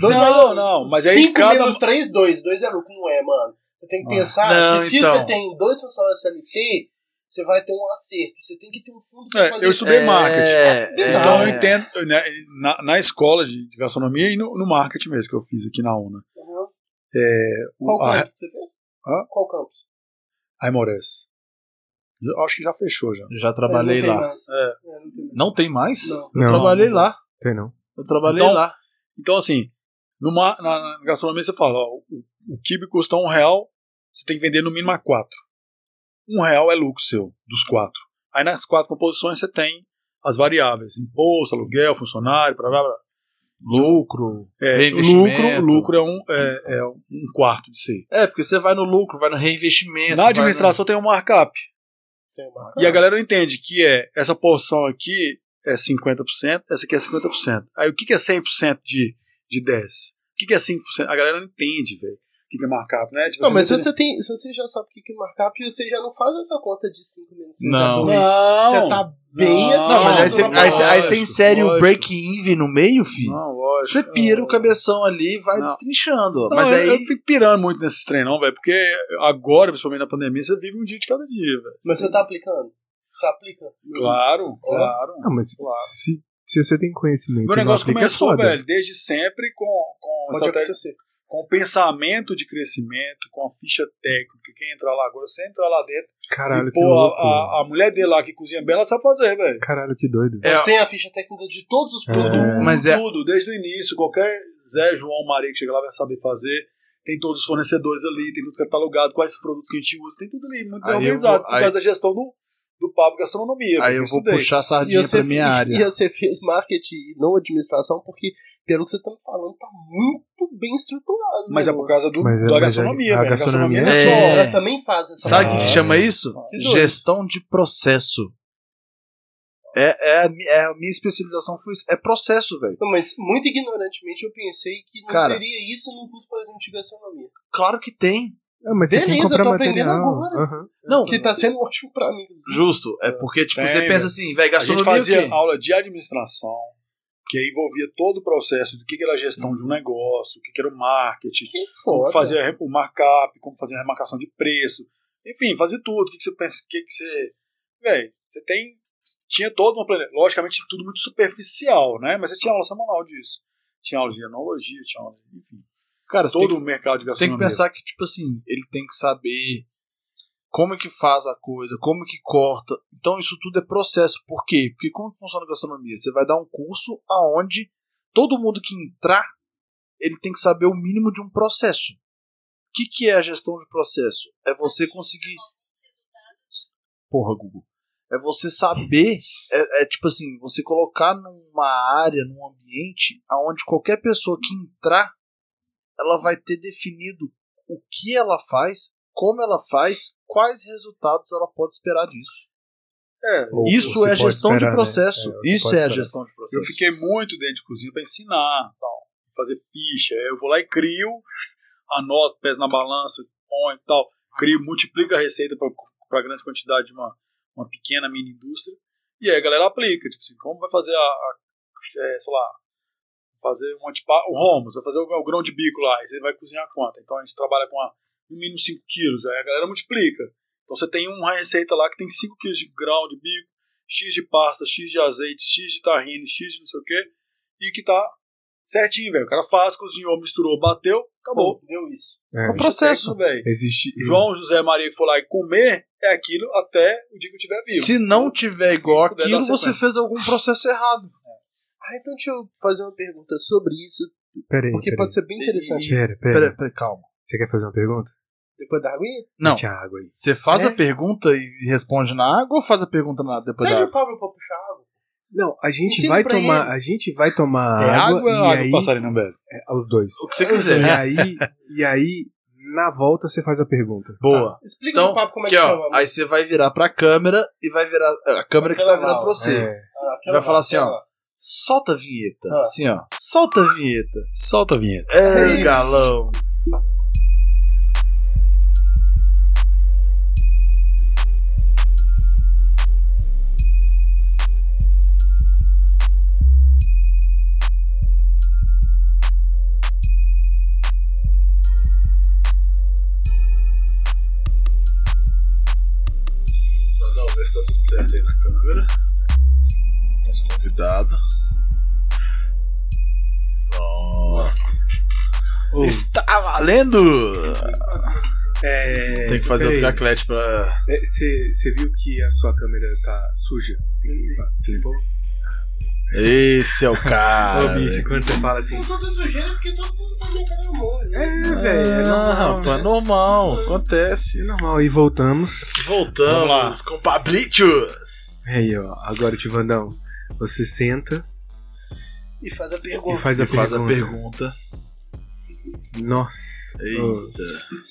dois Não, mais dois- não, mas aí cinco cada- menos 3, 2. 2 é lucro, não é, mano. Você tem que Ah. pensar Não, que se então. você tem dois funcionários CLT, você vai ter um acerto. Você tem que ter um fundo pra É, fazer eu isso. estudei marketing. Exato. Então eu É. entendo, né, na, na escola de, de gastronomia e no, no marketing mesmo que eu fiz aqui na UNA. É, Entendeu? Uhum. Qual O, a, campus você fez? Hã? Qual campus? a Aimorés. Eu Acho que já fechou já. Já trabalhei Não tem lá. mais. É. É, não tem mais. Não tem mais? Não. Eu Não, trabalhei lá. tem não. Eu trabalhei Então- lá. Então, assim, numa, na, na gastronomia você fala, ó, o, o quibe custa um real, você tem que vender no mínimo a quatro. Um real é lucro seu, dos quatro. Aí nas quatro composições você tem as variáveis, imposto, aluguel, funcionário, blá blá blá. Lucro. É, Reinvestimento. lucro, lucro é um, é, é um quarto de ser. É, porque você vai no lucro, vai no reinvestimento. Na vai administração tem um markup. Tem um mais. E a galera não entende que é essa porção aqui é 50%, essa aqui é 50%. Aí o que, que é 100% de, de 10%? O que, que é 5%? A galera não entende, velho. O que, que é markup, né? Tipo, Não, mas se entende- você, tem, se você já sabe o que que é markup, você já não faz essa conta de 5 menos 3 Não. é 2. Você tá bem assim. Não, Não, mas aí você, adiantado na aí você- aí Lógico, você insere o lógico. break-even no meio, filho. Não, lógico. Você pira o cabeção ali e vai Não. destrinchando. ó. Não, mas eu, aí. eu fico pirando muito nesses treinos, não, velho. Porque agora, principalmente na pandemia, você vive um dia de cada dia, velho. Mas você tá aplicando? Você aplica? Claro, claro. Ah, mas Claro. se, se você tem conhecimento. Meu e não negócio aplica, é começou, foda. velho, desde sempre com, com Pode estratégia acontecer. com o pensamento de crescimento, com a ficha técnica, quem entrar lá agora, você entrar lá dentro, Caralho, um e que pô, louco. a, a- a mulher dele lá que cozinha bem, ela sabe fazer, velho. Caralho, que doido. É, Mas tem a ficha técnica de todos os produtos. É. mas é. Tudo, desde o início, qualquer Zé, João, Maria que chega lá vai saber fazer, tem todos os fornecedores ali, tem tudo catalogado, quais produtos que a gente usa, tem tudo ali, muito bem Aí eu organizado, vou- por causa da gestão do, do Pablo Gastronomia. Aí que eu vou estudei. puxar a E sardinha você, pra minha área. e você fez marketing e não administração, porque, pelo que você tá me falando, tá muito bem estruturado. o Mas é por causa negócio. do, Mas é- da mas é- gastronomia, a velho. A gastronomia não é, gastronomia só. é- Ela também faz essa Sabe o parte. que Nossa. chama isso? Que doido. Gestão de processo. É, é, a mi- é a minha especialização foi isso. É processo, velho. Não, mas, muito ignorantemente, eu pensei que não Cara. teria isso num curso, por exemplo, de gastronomia. Claro que tem. Ah, mas você tem que Beleza, eu comprar tô aprendendo material. agora. Aham. Não, Que tá sendo ótimo pra mim. inclusive. justo. É porque, tipo, Uhum. Tem, você pensa velho. assim, velho, A gente gastronomia fazia o quê? aula de administração, que envolvia todo o processo do que que era a Uhum. gestão de um negócio, o que que era o marketing, Que como foda. fazer é. a re- o markup, como fazer a remarcação de preço, enfim, fazer tudo. O que, que você pensa, o que, que você. Velho, você tem. Tinha todo uma planilha. Logicamente, tudo muito superficial, né? Mas você tinha aula semanal disso. Tinha aula de enologia, tinha aula de. Enfim. Cara, você tem, todo o mercado de que- você tem gastronomia. que pensar que, tipo assim, ele tem que saber como é que faz a coisa, como é que corta. Então, isso tudo é processo. Por quê? Porque como funciona a gastronomia? Você vai dar um curso aonde todo mundo que entrar, ele tem que saber o mínimo de um processo. O que, que é a gestão de processo? É você conseguir porra, Google. É você saber, é, é tipo assim, você colocar numa área, num ambiente, aonde qualquer pessoa que entrar, ela vai ter definido o que ela faz, como ela faz, quais resultados ela pode esperar disso. É, Ou isso você é pode gestão esperar, de né? processo. É, você isso pode é a esperar. gestão de processo. Eu fiquei muito dentro de cozinha para ensinar, tal, fazer ficha. Eu vou lá e crio, anoto, peso na balança, põe tal, crio, multiplica a receita para grande quantidade de uma, uma pequena mini indústria. E aí a galera aplica, tipo assim, como vai fazer a, a- é, sei lá, fazer um antipa, o homus, vai fazer o, o grão de bico lá, e você vai cozinhar quanto? Então a gente trabalha com a, no mínimo 5 quilos, aí a galera multiplica. Então você tem uma receita lá que tem 5 kg de grão, de bico, X de pasta, X de azeite, X de tahine, X de não sei o quê, e que tá certinho, velho. O cara faz, cozinhou, misturou, bateu, acabou. Pô, deu isso. É, É o processo, velho. existe. João José Maria que for lá e comer é aquilo até o dia que eu estiver vivo. Se não tiver igual Puder dar aquilo, você sequência. fez algum processo errado. Ah, então deixa eu fazer uma pergunta sobre isso, Peraí, porque peraí. pode ser bem interessante. Pera, Pera, pera. pera, calma. Você quer fazer uma pergunta? Depois da aguinha? Não. Mete a água aí. Você faz É? a pergunta e responde na água ou faz a pergunta na depois da Pede água? o Pablo pra puxar água. Não, a gente Ensina vai pra tomar, ele. a gente vai tomar água, é é. água, e água aí o passarinho não bebe. é, aos dois. O que você quiser. E aí, e aí na volta você faz a pergunta. Tá? Boa. Explica Então, no papo como é Aqui, que chama. ó, aí você vai virar pra câmera e vai virar. A câmera que tá Aquela virando lá, pra ó. você. É. Ah, aquela vai lá, falar assim, aquela ó. lá. Solta a vinheta. Ah. Assim, ó. Solta a vinheta. Solta a vinheta. É É, isso. galão. Mandar um ver se tá tudo certo aí na câmera. Nosso convidado. Pronto. Está valendo! É, Tem que fazer outro peraí. chiclete pra. É, Você você viu que a sua câmera tá suja? Tem que limpar. Você limpou? Esse é o Ô, cara! bicho, quando você fala assim. Eu tô toda sujeira porque todo mundo tá fazia cara humor. É, né? velho. É normal. Ah, rapaz, normal, acontece. É normal. E voltamos. Voltamos Vamos com Pablichos! Aí, ó. Agora, Tivandão, você senta E faz a e pergunta. faz a Você faz pergunta. a pergunta. Nossa. Ô. Eita.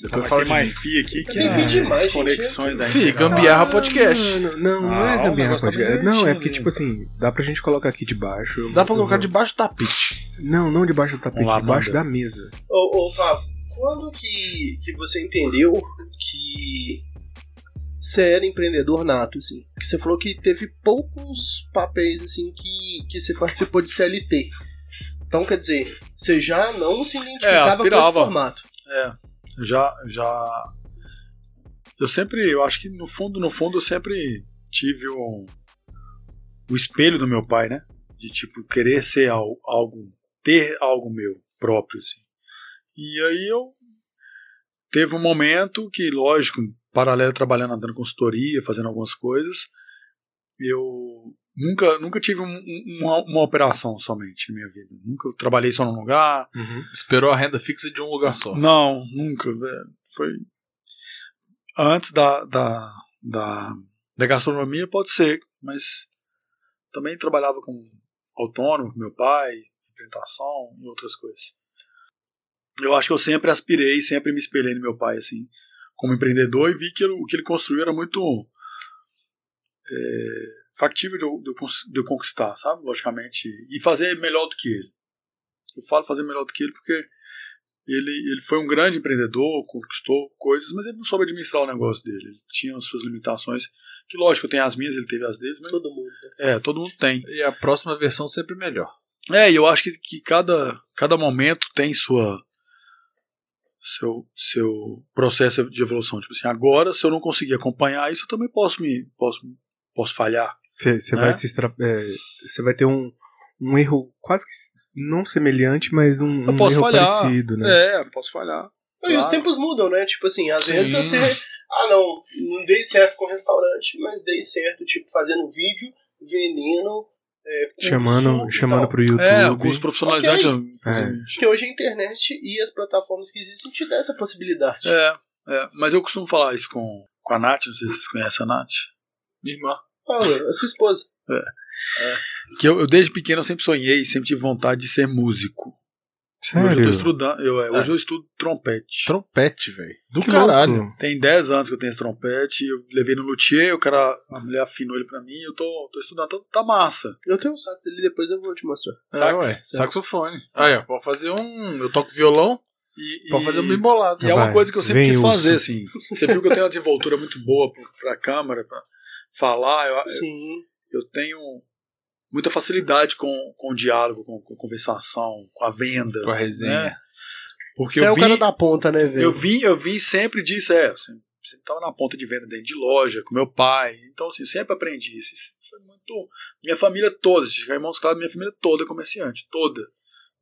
Depois Ah, Mas fala tem de mais mim. FII aqui que Tem é FII demais, as conexões da Fih, internet. gambiarra podcast. Não, não, não, Ah, é o gambiarra negócio tá podcast. bem não, é direitinho porque, ali. tipo assim, dá pra gente colocar aqui debaixo. eu- Dá pra eu colocar vou- debaixo do tapete. Não, não debaixo do tapete, Vamos lá, debaixo manda. da mesa. Ô, ô Pablo, quando que, que você entendeu que você era empreendedor nato, assim? Porque você falou que teve poucos papéis, assim, que, que você participou de CLT. Então, quer dizer, você já não se identificava com esse aspirava. formato. É, eu já, já. Eu sempre, eu acho que no fundo, no fundo, eu sempre tive um, o espelho do meu pai, né? De tipo querer ser al- algo, ter algo meu próprio, assim. E aí eu teve um momento que, lógico, paralelo trabalhando, andando em consultoria, fazendo algumas coisas, eu nunca, nunca tive um- um- uma, uma operação somente na minha vida. Nunca trabalhei só num lugar, Uhum. Esperou a renda fixa de um lugar só. não, nunca, velho. Foi. Antes da, da, da, da gastronomia, pode ser, mas também trabalhava com autônomo, com meu pai, apresentação e outras coisas. Eu acho que eu sempre aspirei, sempre me espelhei no meu pai, assim, como empreendedor, e vi que ele- o que ele construiu era muito é, factível de eu, de eu cons- de eu conquistar, sabe? Logicamente. E fazer melhor do que ele. Eu falo fazer melhor do que ele porque ele, ele foi um grande empreendedor, conquistou coisas, mas ele não soube administrar o negócio dele. Ele tinha as suas limitações, que lógico, eu tenho as minhas, ele teve as deles, mas Todo mundo. né? é, todo mundo tem. E a próxima versão sempre melhor. É, e eu acho que, que cada, cada momento tem sua seu, seu processo de evolução. Tipo assim, agora, se eu não conseguir acompanhar isso, eu também posso me posso, posso falhar. Você você Né? vai se extra... é, Você vai ter um, um erro quase que não semelhante, mas um, Eu um posso erro falhar. parecido, né? É, posso falhar. E os Claro. tempos mudam, né? Tipo assim, às Sim. vezes você. Ah, não, não dei certo com o restaurante, mas dei certo, tipo, fazendo vídeo, vendendo. É, curso e Chamando, tal. chamando pro YouTube. É. É, o curso profissionalizante. inclusive. Porque hoje a internet e as plataformas que existem te dão essa possibilidade. É, é, mas eu costumo falar isso com, com a Nath, não sei se vocês conhecem a Nath. Minha irmã. Ah, a sua esposa. Que eu, eu, desde pequeno eu sempre sonhei, sempre tive vontade de ser músico. Hoje eu tô Sério? estudando, eu, é, hoje eu estudo trompete. Trompete, velho. Do Que caralho. louco. Tem 10 anos que eu tenho esse trompete, eu levei no luthier, o cara, a mulher afinou ele pra mim, eu tô, tô estudando, tá, tá massa. Eu tenho um sax ali, depois eu vou te mostrar. É, Sax, Sax. saxofone. Aí, ó, pode fazer um. Eu toco violão, E, pode e- fazer um bem bolado. e é uma Vai, coisa que eu sempre vem, quis urso. fazer, assim. Você viu que eu tenho uma desenvoltura muito boa pra, pra câmera, pra falar, eu, Sim. eu tenho muita facilidade com, com o diálogo, com, com a conversação, com a venda. Com a resenha. Né? Porque Você eu é o vi, cara da ponta, né, velho? Eu vim, eu vim sempre disso, é. assim, sempre estava na ponta de venda dentro de loja, com meu pai. Então, assim, eu sempre aprendi isso. Isso foi muito. Minha família toda, se chegar em mãos claras, minha família toda é comerciante. Toda.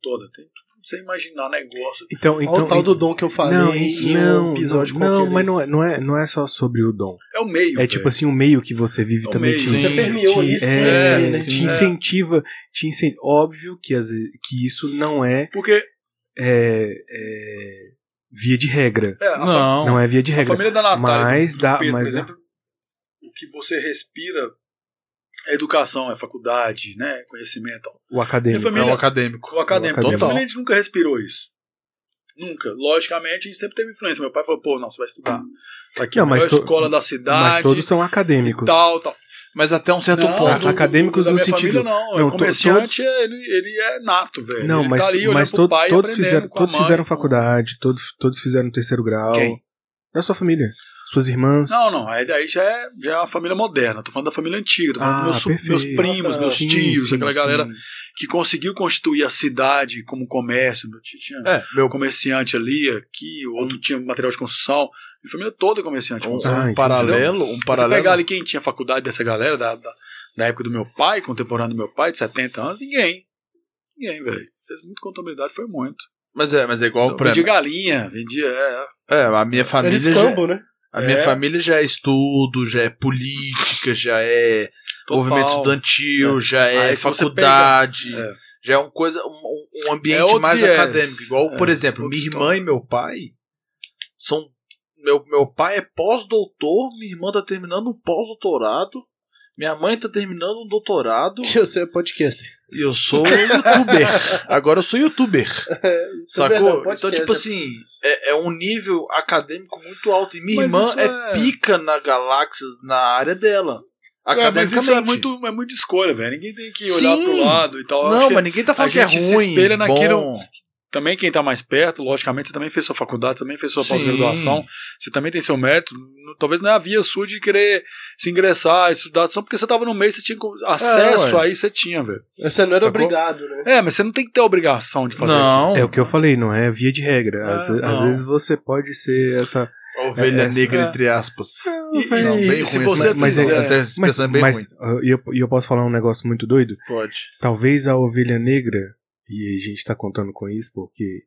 Toda. Tem você imaginar negócio. Então, então, Olha o tal do dom que eu falei não, em não, um episódio não, qualquer. mas aí. não é, não, é, não é só sobre o dom. É o meio. É tipo assim, o meio que você vive É o também meio, te, sim. te- Você permeou ali sempre, é, né? te É. incentiva, te incen- Óbvio que, às vezes- que isso não é, Porque é, é, via de regra. é, a, fa- Não, Não. é via de a regra. família da Natália, Mas dá. Pedro, por Mas é. dá exemplo, o que você respira é educação, é faculdade, né? Conhecimento. o Minha acadêmico. família- É um acadêmico. O O acadêmico. acadêmico. Minha Total. família a gente nunca respirou isso. Nunca. Logicamente, a gente sempre teve influência. Meu pai falou, pô, não, você vai estudar. Aqui Não, a mas melhor to- escola é da tá cidade. Mas todos são e acadêmicos. tal, tal. Mas até um certo Não, ponto. do- acadêmicos da no minha sentido- família não. não, o to- comerciante, é- ele, ele é nato, velho. Não, ele mas, tá mas ali olhando to- pro pai e todos, aprendendo fizeram, com a todos mãe, fizeram com- faculdade, todos, todos fizeram terceiro grau. Quem? Da sua família. Suas irmãs. Não, não, aí, aí já, é, já é uma família moderna. Tô falando da família antiga, tô falando Ah, dos meus, su- perfeito. meus primos, meus Sim, tios, sim, aquela galera sim. que conseguiu constituir a cidade como comércio. Meu tio tinha É, um comerciante ali, aqui, o Hum. outro tinha material de construção. Minha família toda é comerciante de um, construção. Ah, entendi. um paralelo, um Você paralelo. pegar ali quem tinha faculdade dessa galera, da, da, da época do meu pai, contemporâneo do meu pai, de 70 anos, ninguém. Ninguém, velho. Fez muito contabilidade, foi muito. Mas é, mas é igual Eu pra. vendia galinha, vendia. É, É, a minha Era família já, escambo, né? a minha É. família já é estudo, já é política, já é total. movimento estudantil, já é Aí se você faculdade, É. já é uma coisa, um, um ambiente É outro mais viés. acadêmico. Igual, É, por exemplo, outra minha irmã história. e meu pai são meu, meu pai é pós-doutor, minha irmã tá terminando um pós-doutorado, minha mãe tá terminando um doutorado Você é podcaster. e eu sou um youtuber. Agora eu sou youtuber. É, Também não, Sacou? Então, podcast, tipo né? assim, é, é um nível acadêmico muito alto. E minha Mas irmã isso é, é- pica na galáxia, na área dela. É, Academicamente. mas isso é muito, é muito escolha, velho. Ninguém tem que olhar Sim. pro lado e tal. Eu acho Não, que mas ninguém tá falando a que é ruim. gente se espelha naquilo- bom. Também quem tá mais perto, logicamente, você também fez sua faculdade, também fez sua Sim. pós-graduação, você também tem seu mérito. Não- Talvez não é a via sua de querer se ingressar, estudar, só porque você tava no meio, você tinha co- acesso É, ué. aí, você tinha, velho. Você não era Sacou? obrigado, né? É, mas você não tem que ter a obrigação de fazer aquilo. Não. É o que eu falei, não é via de regra. Às, Ah, às não. vezes você pode ser essa. A ovelha É, essa- negra, é. entre aspas. E, Não, É, e- bem e se ruim, você mas- mas fizer. Essa Mas, expressão é bem ruim. mas uh, e eu, e eu posso falar um negócio muito doido? Pode. Talvez a ovelha negra, e a gente tá contando com isso porque.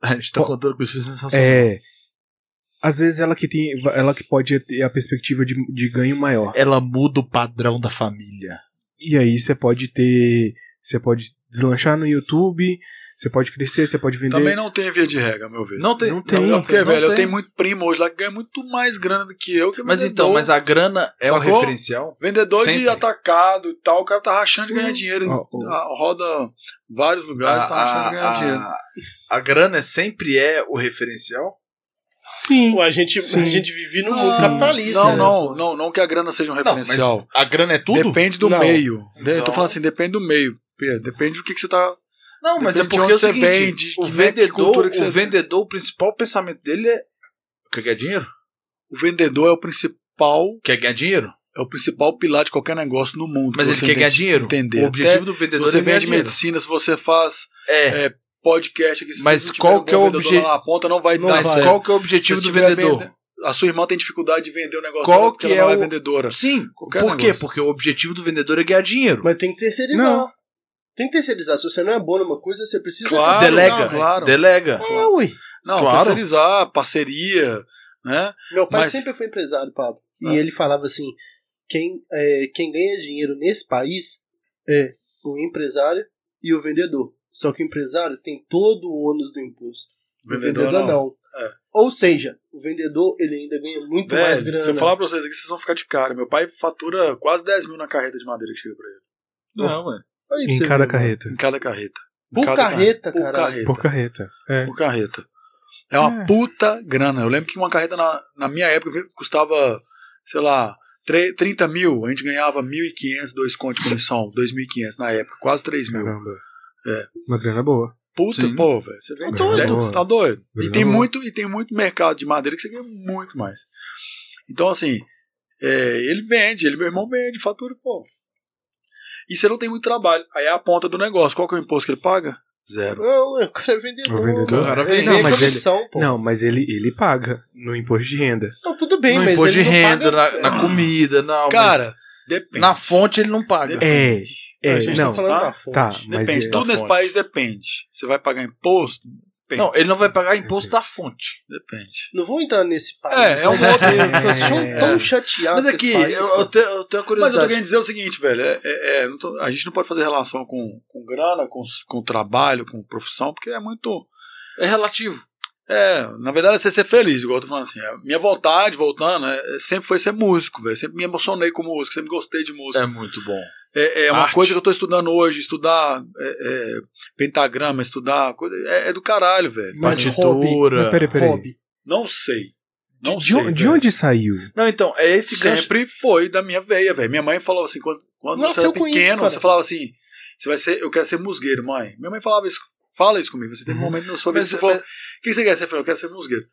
A gente tá Po- contando com isso, foi sensacional. É. Às vezes ela que tem. Ela que pode ter a perspectiva de, de ganho maior. Ela muda o padrão da família. E aí você pode ter. Você pode deslanchar no YouTube, você pode crescer, você pode vender. Também não tem via de regra, a meu ver. Não tem. Não tem. Sabe por quê, não velho? Eu tem. tenho muito primo hoje lá que ganha muito mais grana do que eu. Que é Mas então, vendedor. mas a grana é o Sacou? referencial? Vendedor de Sempre. atacado e tal, o cara tá rachando de Sim. ganhar dinheiro. Ó, ó. Ah, Roda vários lugares, Ah, tá rachando de ganhar dinheiro. a grana sempre é o referencial? Sim. Pô, a gente, Sim. a gente vive num Não, mundo capitalista. Não, né? não, não, não que a grana seja um é Não, mas referencial. a grana é tudo? Depende do Não. meio. De- Eu tô Então- falando assim, depende do meio. Pedro. Depende do que, que você tá. Não, mas Depende é de porque é o onde você seguinte, vende, o que ve- que vendedor, cultura que o você- vendedor, o principal pensamento dele é quer ganhar dinheiro? O vendedor é o principal, Quer ganhar dinheiro? é o principal pilar de qualquer negócio no mundo. Mas que ele você quer ganhar entende- dinheiro. entender. O objetivo do Se vendedor você é ganhar vende dinheiro. medicina, se você faz É, podcast aqui, se Mas você não tiver qual um que é o vendedor obje- lá na ponta, não vai Não dar mas certo. qual que é o Se objetivo do tiver vendedor? venda- A sua irmã tem dificuldade de vender o negócio Qual dela porque que ela é não o- é vendedora. Sim, Qualquer por quê? negócio. Porque o objetivo do vendedor é ganhar dinheiro. Mas tem que terceirizar. Não. Tem que terceirizar. Se você não é bom numa coisa, você precisa Claro, terceirizar. delega, claro. delega. É, ui. Não, Claro. terceirizar, parceria, né? Meu pai Mas- sempre foi empresário, Pablo. E Ah. ele falava assim: quem, é, quem ganha dinheiro nesse país é o empresário e o vendedor. Só que o empresário tem todo o ônus do imposto. O vendedor, não. É. Ou seja, o vendedor ele ainda ganha muito mais Velho, grana. se eu falar pra vocês aqui, vocês vão ficar de cara. Meu pai fatura quase 10 mil na carreta de madeira que chega pra ele. Não, ué. Olha aí pra Em você cada ver, mano. carreta. Em cada carreta. Em Por cada carreta, Por caralho. carreta. Por carreta. É. Por carreta. É uma É. puta grana. Eu lembro que uma carreta na, na minha época custava, sei lá, tre- 30 mil. A gente ganhava 1.500, dois contos de comissão. 2.500 na época, quase 3 mil. Caramba. É. Uma grana boa. Puta, Sim. pô, velho. Você vende Tá dez- doido. você tá doido. E Tá tem, doido. muito, e tem muito mercado de madeira que você ganha muito mais. Então, assim, é, ele vende, ele, meu irmão vende, fatura, pô. E você não tem muito trabalho. Aí é a ponta do negócio. Qual que é o imposto que ele paga? Zero. Não, o cara é vendedor. O vendedor? cara. Cara, Ele não, ganha mas ele- comissão, pô. Não. Não, mas ele, ele paga no imposto de renda. tudo bem, no mas imposto ele de não renda, paga... É, na, na comida, na, Cara, mas depende. na fonte ele não paga. É, A é, gente não. tá falando tá? da fonte. Tá, mas Depende. é- Tudo da nesse fonte. país depende. Você vai pagar imposto? Depende. Não, ele não vai pagar imposto da fonte. Depende. Não vou entrar nesse país. É, é um né? outro- Eu sou tão É. chateado Mas com aqui, esse país, é eu, cara. eu, tenho, eu tenho uma Mas eu tô curiosidade. querendo dizer o seguinte, velho. é- é- é, não tô- a gente não pode fazer relação com, com grana, com, com trabalho, com profissão, porque é muito. É relativo. É, na verdade é você ser feliz, igual eu tô falando assim. é, minha vontade, voltando, é- é- sempre foi ser músico, velho. Sempre me emocionei com música, sempre gostei de música. É muito bom. É, é uma Arte. coisa que eu tô estudando hoje, estudar é, é, pentagrama, estudar. coisa- É, é do caralho, velho. Mas- Partitura. Mas peraí, peraí. Hobby. Não sei. Não De, sei. on- de velho. onde saiu? Não, então, é esse gancho. Sempre foi da minha veia, velho. Minha mãe falou assim, quando, quando Nossa, você era eu conheço, pequeno, cara. você falava assim, você vai ser, eu quero ser musgueiro, mãe. Minha mãe falava isso, fala isso comigo. Você teve um Uhum. momento na sua vida que Mas, você é, falou, o que você quer ser? Eu falei, eu quero ser musgueiro.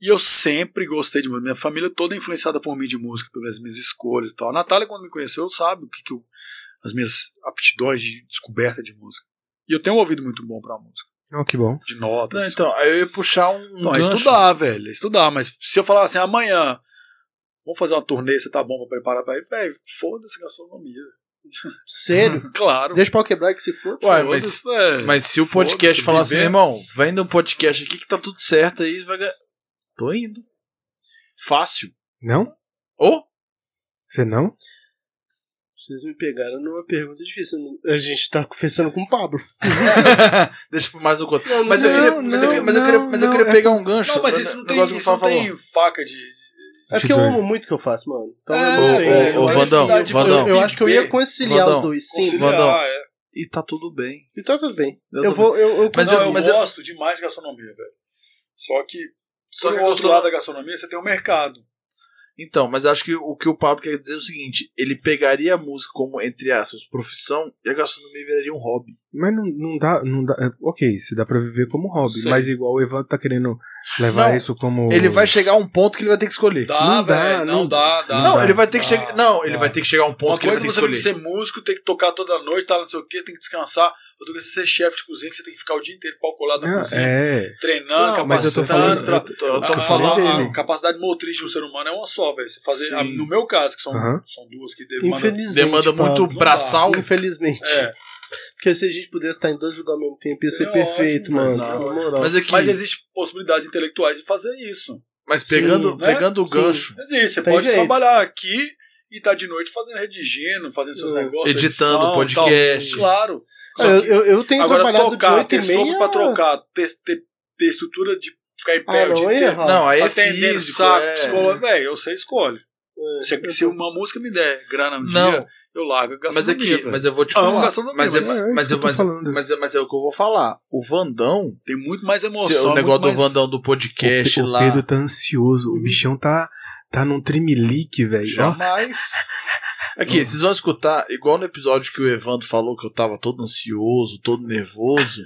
E eu sempre gostei de música. Minha família toda é influenciada por mim de música, pelas minhas escolhas e tal. A Natália, quando me conheceu, sabe o que, que eu, as minhas aptidões de descoberta de música. E eu tenho um ouvido muito bom pra música, Oh, que bom. de notas. Não, então, aí eu ia puxar um. um Não, é gancho. estudar, velho. é Estudar, mas se eu falar assim, amanhã vamos fazer uma turnê, você tá bom pra preparar pra ir, velho, foda-se gastronomia. Sério? Claro. Deixa o pau quebrar que se for. Uai, Foda-se, velho. Mas se o podcast é. Foda-se, falar assim, viver. irmão, vem no podcast aqui que tá tudo certo aí, vai ganhar. Tô indo. Fácil. Não? Ô? Você não? Vocês me pegaram numa pergunta difícil. A gente tá conversando com o Pablo. Deixa por mais um conto. Não, Mas eu não, queria, mas eu não, queria, mas eu queria, não, mas eu não, queria é- pegar um gancho. Não, mas no- isso não no tem, negócio que isso você não falou. tem faca de. É porque eu amo muito o que eu faço, mano. Então eu não É, sei. ô, ô, eu, ô, acho Vandão, que- eu- Vandão. eu acho que eu ia conciliar Vandão, os dois, sim. conciliar. Vandão. Ah, é. E tá tudo bem. E tá tudo bem. Eu Eu, tô vou. Eu, eu Então, Mas Não, eu- eu, mas eu- gosto demais de gastronomia, velho. Só que. Só Só que que do outro eu- lado da gastronomia você tem o mercado. Então, mas acho que o que o Pablo quer dizer é o seguinte: ele pegaria a música como, entre aspas, profissão e a gastronomia viraria um hobby. Mas não, não dá. Não dá é, ok, se dá pra viver como hobby. Sei. Mas igual o Evandro tá querendo levar Não, isso como. Ele vai chegar a um ponto que ele vai ter que escolher. Dá, Não dá, velho. Não, não dá, dá. não, dá, ele vai ter que dá, chegar. Não, ele dá. vai ter que chegar a um ponto Uma que ele vai coisa ter é que você tem escolher. que ser músico, tem que tocar toda noite, tá, não sei o quê, tem que descansar. Outra coisa é você ser chefe de cozinha, que você tem que ficar o dia inteiro pau colado na Não, cozinha, é. treinando, mas eu tô capacitando. falando- tra- Eu tô- eu Ah, tô a, falando- a- a dele. capacidade motriz de um ser humano é uma só, velho. Você fazer, Sim. a- no meu caso, que são, Aham. são duas que demandam. Infelizmente. demanda Tipo, muito ah, Pablo. dá. braçal. Infelizmente. É, Porque se a gente pudesse estar em dois lugares ao mesmo tempo, ia ser É perfeito, ótimo, mano. mas não. Na moral. Mas é aqui, mas mas, existem possibilidades intelectuais de fazer isso. pegando, Sim, né? pegando o Sim. gancho, Existe, você Tem pode jeito. trabalhar aqui e estar de noite fazendo, redigindo, fazendo seus Eu- É, negócios. editando edição, podcast. tal. Claro. Só eu, que- eu, eu tenho Agora trabalhado tocar, de ter 8 e meia. sopro pra trocar, ter, ter, ter estrutura de ficar em pé Ah, o não, dia é inteiro. tá errado. Não, aí é Atendendo físico, saco, é. psicólogo, velho, você escolhe. É, Se, eu se tô- é uma música me der grana um Não, dia, eu largo a mas gastronomia. aqui, velho. mas eu vou te Amo falar. gastronomia, Mas é, é mas isso mas, que é- eu tô mas, é- falando. mas, é- mas é o que eu vou falar. O Vandão, Tem muito mais emoção. se- o muito negócio do mais- Vandão do podcast O, o lá. Pedro tá ansioso. Uhum. O bichão tá. Tá num trimelique, velho. Ó, Jamais. Aqui, vocês vão escutar, igual no episódio que o Evandro falou que eu tava todo ansioso, todo nervoso.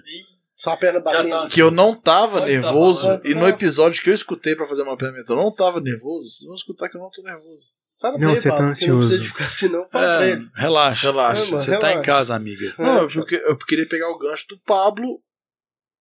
Só a perna batendo. tá- Que eu não tava Só de nervoso. tava, né? e no episódio que eu escutei pra fazer o mapeamento, eu não tava nervoso. Vocês vão escutar que eu não tô nervoso. Para Não, pra ele, você tá Pablo, Não ansioso. precisa de ficar assim, não. Fala pra É, ele. relaxa. Relaxa. É, mano, Você tá relaxa. em casa, amiga. Não, eu, É, que- eu queria pegar o gancho do Pablo,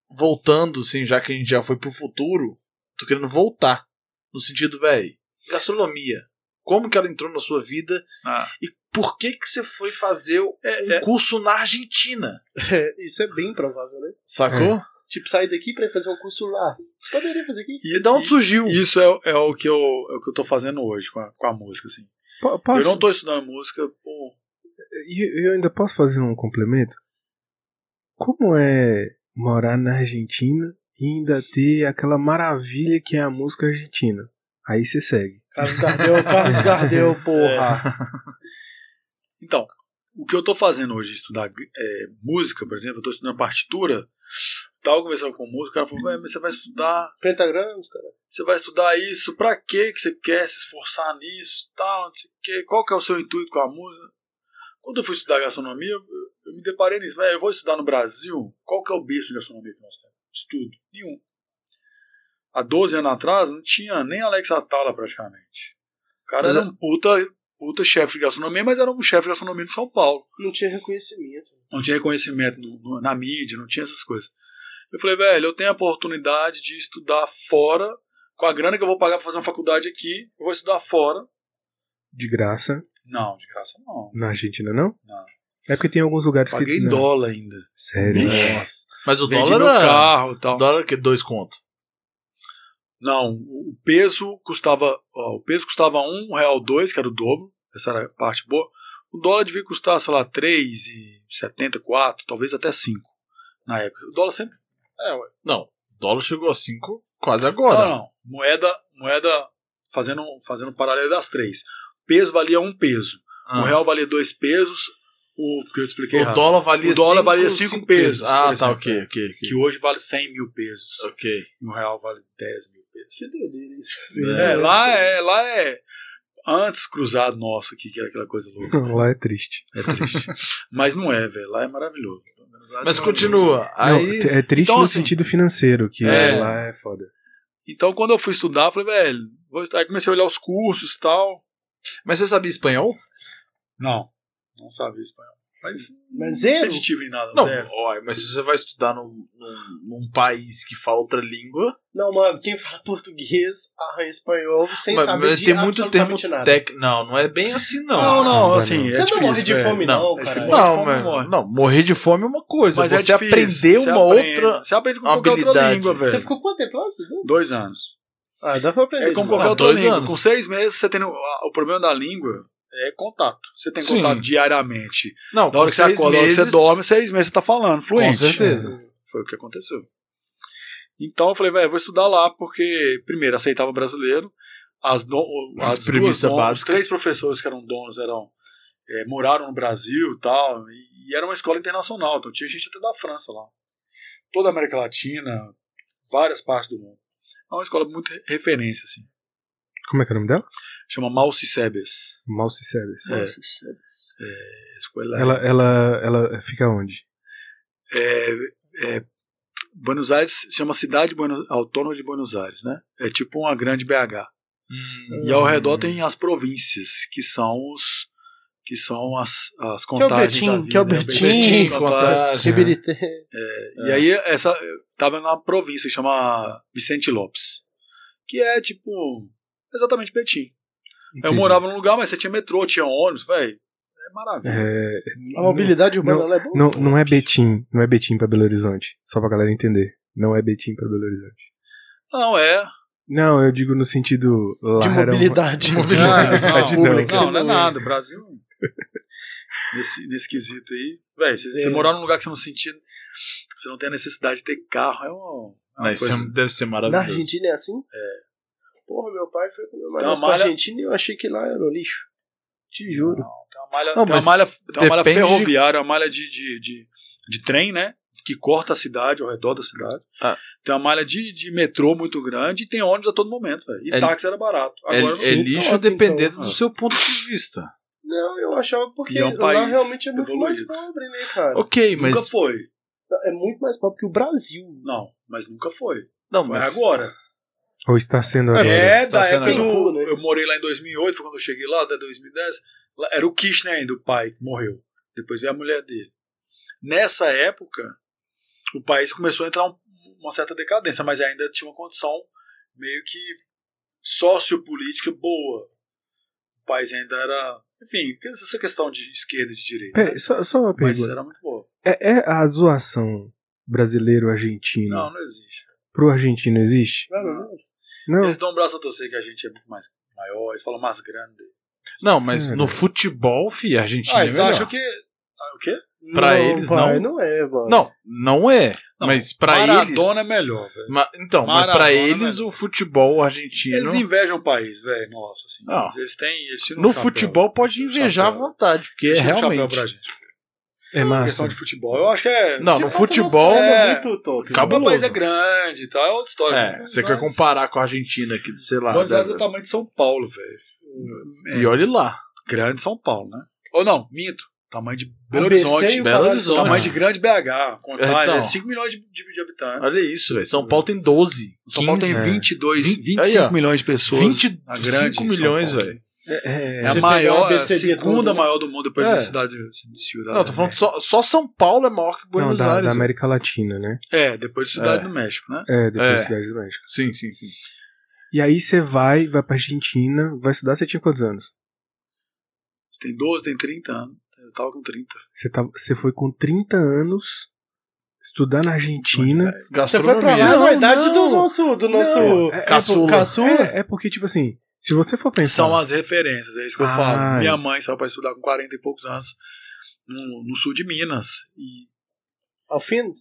voltando, assim, já que a gente já foi pro futuro, tô querendo voltar. No sentido, velho, gastronomia. Como que ela entrou na sua vida Ah. e por que que você foi fazer um É, é, curso na Argentina? É, isso é bem provável, né? Sacou? É. Tipo, sair daqui pra ir fazer um curso lá. Poderia fazer aqui. e Da onde surgiu? Isso é, é o que eu, é o que eu tô fazendo hoje com a, com a música, assim. po- posso, Eu não tô estudando música por. E eu ainda posso fazer um complemento? Como é morar na Argentina e ainda ter aquela maravilha que é a música argentina? Aí você segue. Carlos Gardel, É. Carlos Gardel, porra. Então, o que eu tô fazendo hoje, estudar é, música, por exemplo, eu tô estudando partitura, tava conversando com o músico, o cara falou, "Ué, mas você vai estudar, Pentagramas, cara. você vai estudar isso, pra que que você quer se esforçar nisso, tal, não sei o quê, qual que é o seu intuito com a música? Quando eu fui estudar gastronomia, eu, eu me deparei nisso, velho, eu vou estudar no Brasil, qual que é o berço de gastronomia que nós temos? Estudo, nenhum. Há 12 anos atrás, não tinha nem Alex Atala praticamente. O cara Mas era um puta, puta chefe de gastronomia, mas era um chefe de gastronomia de São Paulo. Não tinha reconhecimento. Não tinha reconhecimento no- no- na mídia, não tinha essas coisas. Eu falei, velho, eu tenho a oportunidade de estudar fora, com a grana que eu vou pagar pra fazer uma faculdade aqui, eu vou estudar fora. De graça Não, de graça não. na Argentina, não? Não. É porque tem alguns lugares Paguei que. em não. dólar ainda. Sério. Nossa. Mas o Vendi dólar meu era. carro e O tal. dólar que dois conto. Não, o peso custava, ó, o peso custava um real dois, que era o dobro. Essa era a parte boa. O dólar devia custar, sei lá, três e setenta, quatro, talvez até cinco na época. O dólar sempre, é, ué. Não, o dólar chegou a 5 quase não, agora. não, moeda, moeda fazendo fazendo um paralelo das três. Peso valia um peso. Ah. O real valia dois pesos. O que eu expliquei o errado. dólar valia O dólar cinco- valia cinco cinco pesos, por Ah, tá, exemplo. ok, ok, ok. que hoje vale 100 mil pesos. Ok. E o real vale 10 mil pesos. Que doideira isso. É, lá é, lá é antes cruzado nosso aqui, que era aquela coisa louca. Lá é triste. É triste. Mas não é, velho. Lá é maravilhoso. Mas continua. Aí. Não, é triste Então, no assim, sentido financeiro, que é. lá é foda. Então, quando eu fui estudar, eu falei, velho, vou estudar. aí comecei a olhar os cursos e tal. Mas você sabia espanhol? Não, não sabia espanhol. Mas Mas não é zero? competitivo em nada, Não, zero. ó, mas se você vai estudar num, num, num país que fala outra língua, Não, mano, quem fala português arranha espanhol sem mas, saber mas de tem muito termo absolutamente nada. tec... Não, não é bem assim, não. Não, não, não, assim, não. é Você não difícil, morre de velho. fome, Não, não, é cara. difícil. Não, de fome mas- morre. não, morrer de fome é uma coisa. Mas é você difícil. aprendeu Você uma aprende- outra. Você aprende com qualquer outra habilidade. língua, velho. Você ficou quanto tempo lá? você viu? Dois anos. Ah, dá pra aprender. É como demais. qualquer Ah, outra dois língua. anos. Com seis meses, você tem o, a- o problema da língua é contato. Você tem Sim. contato diariamente. Não, Da hora com que você seis acorda, da hora que você meses- dorme, seis meses você tá falando, Com fluente. certeza. Foi o que aconteceu. Então eu falei, velho, eu vou estudar lá, porque, primeiro, aceitava brasileiro. As, do, as duas premissa donas, os básica. três professores que eram donos eram eh, moraram no Brasil e tal, e, e era uma escola internacional, então tinha gente até da França lá. Toda a América Latina, várias partes do mundo. É uma escola muito re- referência, assim. Como é que é o nome dela? Chama Malsi Sebes. É. Malsi Sebes. Nossa, isso é- Escola. Ela, ela, ela fica onde? É, é, Buenos Aires chama Cidade Buenos, Autônoma de Buenos Aires, né? É tipo uma grande BH. Hum, E ao redor tem as províncias, que são os que são as, as contagens Betim, da vida, que é o né? Betim, Betim, contagem. contagem. Ribirité. É. E aí essa eu tava na província que chama Vicente Lopes, que é tipo exatamente Betim. Eu Entendi. morava num lugar, mas você tinha metrô, tinha ônibus, velho. É maravilha. É, A mobilidade urbana ela é boa. não, não é Betim, não é Betim pra Belo Horizonte. Só pra galera entender. Não é Betim pra Belo Horizonte. Não é. Não, eu digo no sentido lá De era um- mobilidade. Tá Ah, não, Pública. não, não é nada, Brasil. Nesse, nesse quesito aí. Véi, se você É. morar num lugar que você não sentir, você não tem a necessidade de ter carro, é uma, é uma Mas coisa. isso deve ser Na maravilhoso. Argentina é assim? É. Porra, meu pai foi comer uma Então, vez pra malha- Argentina e eu achei que lá era o lixo. Te juro. Tem é uma malha, Não, tem uma mas malha, tem uma malha depende de- ferroviária, é uma malha de, de, de, de trem, né? Que corta a cidade, ao redor da cidade. Ah. Tem uma malha de, de metrô muito grande e tem ônibus a todo momento, velho. E É- táxi era barato. É, Agora, é lixo Então, dependendo então, do ah. seu ponto de vista. Não, eu achava porque E é um lá país realmente é muito mais evoluído. pobre, né, cara? Ok, É. nunca mas. foi. É muito mais pobre que o Brasil. Não, mas nunca foi. Não, Mas mas. agora. Ou está sendo agora. É, Tá da sendo época agora. do. Eu morei lá em 2008, foi quando eu cheguei lá, até 2010. Lá- Era o Kirchner ainda, o pai, que morreu. Depois veio a mulher dele. Nessa época, o país começou a entrar um- uma certa decadência, mas ainda tinha uma condição meio que sociopolítica boa. O país ainda era. Enfim, essa questão de esquerda e de É, direita. né? Pera, só, só um uma Mas pergunta. era muito boa. É, é a zoação brasileiro-argentino Não, não existe. pro argentino existe? Cara, não. Não. Eles dão um braço a torcer que a gente é muito mais maior, eles falam mais grande. Não, mas Sério? no futebol, fi, a Argentina. É. Ah, é eles melhor. acham que. Ah, o quê? Pra não, eles, pai, não. é, mano. Não, não é. Não, mas pra Maradona eles. é melhor, velho. Ma- então, mas pra Maradona, eles velho. o futebol argentino. Eles invejam o país, velho. Nossa, assim. Não. Eles têm. Eles tiram no o chapéu. futebol pode Tiram o invejar à chapéu. vontade, porque Eles tiram o chapéu realmente. pra gente. É A massa. questão de futebol. Eu acho que é. Não, De no fato, nossa futebol. casa é- muito utópica. Acabou. o país cabuloso. é grande e tal, é outra história. É, Mas você quer antes, comparar com a Argentina aqui, sei lá. Buenos Aires é da- do tamanho de São Paulo, velho. É E olhe lá. Grande São Paulo, né? Ou não, minto. Tamanho de Belo ABC e Horizonte. o Belo caralho Horizonte. todo. Tamanho de grande BH. Contagem. Então. é 5 milhões de, de- de habitantes. Olha isso, velho. São Paulo tem 12. São Paulo tem 15, é. 22, Vinte- 25 aí, ó. milhões de pessoas. 25 a grande São milhões, Paulo. velho. É a Você maior, pegar é uma a BCD segunda toda, né? maior do mundo depois É. da cidade de Ciudad. Não, é tô falando que só, só São Paulo é maior que Não, Buenos da, da Aires. América Latina, né? É, depois de Cidade É. do México, né? É, depois É. da Cidade do México. Sim, sim, sim. E aí você vai, vai pra Argentina, vai estudar, você tinha quantos anos? Você tem 12, tem 30 anos. Eu tava com 30. Você, tava, você foi com 30 anos estudar na Argentina. É. Você foi pra Gastronomia. lá Não, na idade do não. nosso, do nosso Não, é- é caçula. por- caçula. É, é porque, tipo assim, se você for pensar. São as referências, é isso que eu Ah, falo. é. Minha mãe saiu pra estudar com 40 e poucos anos no, no sul de Minas. E Alfines,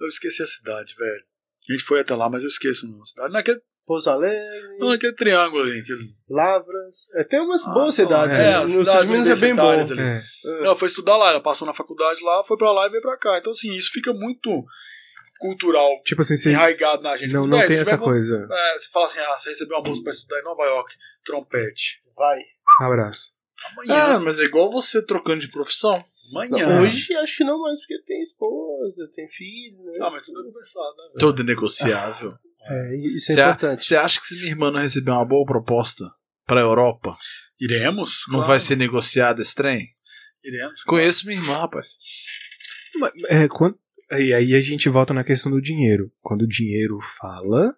eu esqueci a cidade, velho. A gente foi até lá, mas eu esqueço a cidade. Naquele, Pouso Alegre, não, naquele triângulo ali. Aquele, Lavras. É, tem umas Ah, boas não, cidades. é, né? as no sul cidades de Minas é bem bom. universitárias ali. É. Ela foi estudar lá, ela passou na faculdade lá, foi pra lá e veio pra cá. Então, assim, isso fica muito cultural, Tipo assim, você. enraigado na gente. Não, Mas, não velho, tem se essa um tiver vo- coisa. É, você fala assim, ah, você recebeu uma bolsa pra estudar em Nova York, trompete. Vai. Abraço. Amanhã. Ah, mas é igual você trocando de profissão. amanhã. Hoje acho que não mais, porque tem esposa, tem filho, né? Ah, mas tudo é conversado, né? velho? Todo é negociável. É, isso é Você a- importante. você acha que se minha irmã não receber uma boa proposta pra Europa, Iremos? não claro. vai ser negociado esse trem? Iremos. Conheço minha irmã, rapaz. É, quando- e aí a gente volta na questão do dinheiro. Quando o dinheiro fala.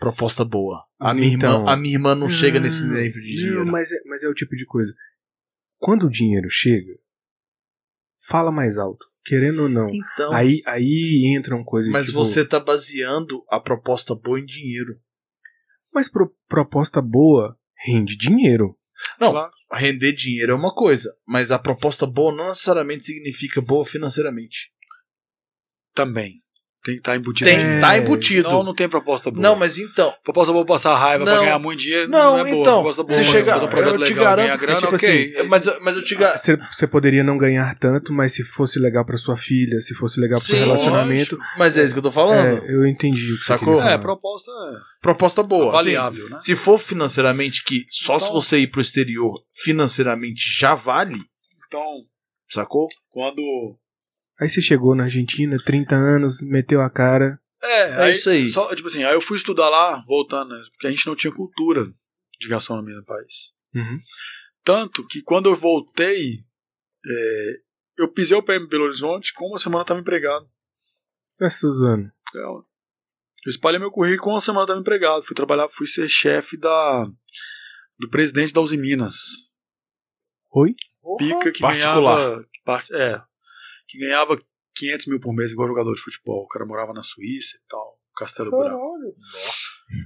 Proposta boa. A minha, Então. irmã, a minha irmã não chega nesse Hum, nível de dinheiro. Não, mas é, mas é o tipo de coisa. Quando o dinheiro chega, fala mais alto. Querendo ou não. Então, Aí, aí entram coisas mas tipo, você tá baseando a proposta boa em dinheiro. Mas pro- proposta boa rende dinheiro. Não, Claro. render dinheiro é uma coisa, mas a proposta boa não necessariamente significa boa financeiramente. Também. Tem que estar embutido. Tem, É. dinheiro. tá embutido. Não, Não, não tem proposta boa. mas então, Proposta boa pra passar raiva, pra Não. ganhar muito dinheiro, não, Não, é boa. então, proposta boa se pra chegar- fazer um projeto eu te legal, garanto ganhar que, grana, tipo ok. é isso. mas, mas eu te ga- Você, você poderia não ganhar tanto, mas se fosse legal pra sua filha, se fosse legal pro seu Sim, relacionamento. mas é isso que eu tô falando. É, eu entendi o que Sacou? você queria é, falar. proposta é Proposta boa. assim, avaliável, né? se for financeiramente que só se Então- você ir pro exterior financeiramente já vale, Então, sacou? quando Aí você chegou na Argentina, 30 anos, meteu a cara. É, É isso aí. Só, tipo assim, aí eu fui estudar lá, voltando, né, porque a gente não tinha cultura de gastronomia no país. Uhum. Tanto que quando eu voltei, é, eu pisei o pé em Belo Horizonte, com uma semana eu tava empregado. Ah, Suzano. É, ó. Eu espalhei meu currículo, com uma semana eu tava empregado. Fui trabalhar, fui ser chefe da do presidente da Uzi Minas. Oi? Pica que Particular. ganhava. que parte- é. Que ganhava 500 mil por mês, igual jogador de futebol. O cara morava na Suíça e tal. tá Castelo Branco. Caralho.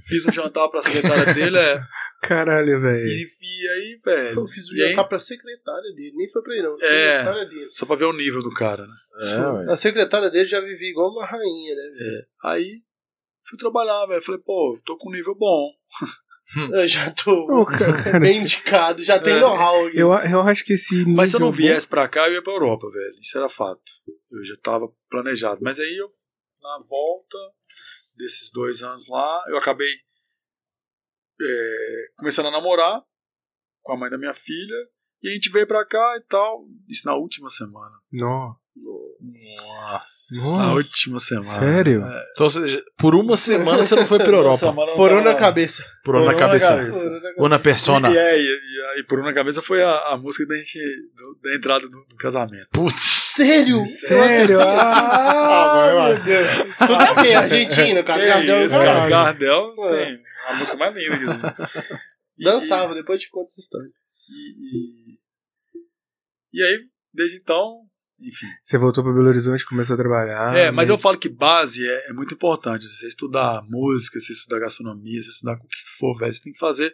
Fiz um jantar pra secretária dele, é. Caralho, velho. E, e aí, velho. Eu fiz o É. E aí? jantar pra secretária dele, nem foi pra ele não, É. secretária dele. Só pra ver o nível do cara, né? É, É, A secretária dele já vivia igual uma rainha, né? Aí fui trabalhar, velho. Falei, pô, tô com um nível bom. Eu já tô Ô, ca- cara, bem cê- indicado, já tem É. know-how aqui. Eu, a- eu acho que esse. Mas se eu nível não viesse pra cá, eu ia pra Europa, velho. Isso era fato. Eu já tava planejado. Mas aí eu, na volta desses dois anos lá, eu acabei é, começando a namorar com a mãe da minha filha. E a gente veio pra cá e tal. Isso na última semana. bom- Nó. Nossa. Na Nó. última semana. Ah, Sério? É, Então, ou seja, por uma semana você não foi pra Europa. semana eu Porou tava na lá. cabeça. Por Porou uma na na cabeça. cabeça. Porou na Ou na persona. E, é, e, e- e por uma cabeça foi a, a música da, gente, do- da entrada do, do casamento. Putz. Sério? Eu acertei Sério? assim. Ah, vai, Ah, vai. meu Deus. Tudo bem, Argentina, cara. Gardel, isso, Carlos caralho. Gardel É. tem a música mais linda. que existe. E- Dançava, depois te conto essa história. E, e, e aí, desde então, enfim. Você voltou pra Belo Horizonte, começou a Ah, trabalhar. é, mas né? eu falo que base é, é muito importante. Você estudar música, você estudar gastronomia, você estudar com o que for, velho. Você tem que fazer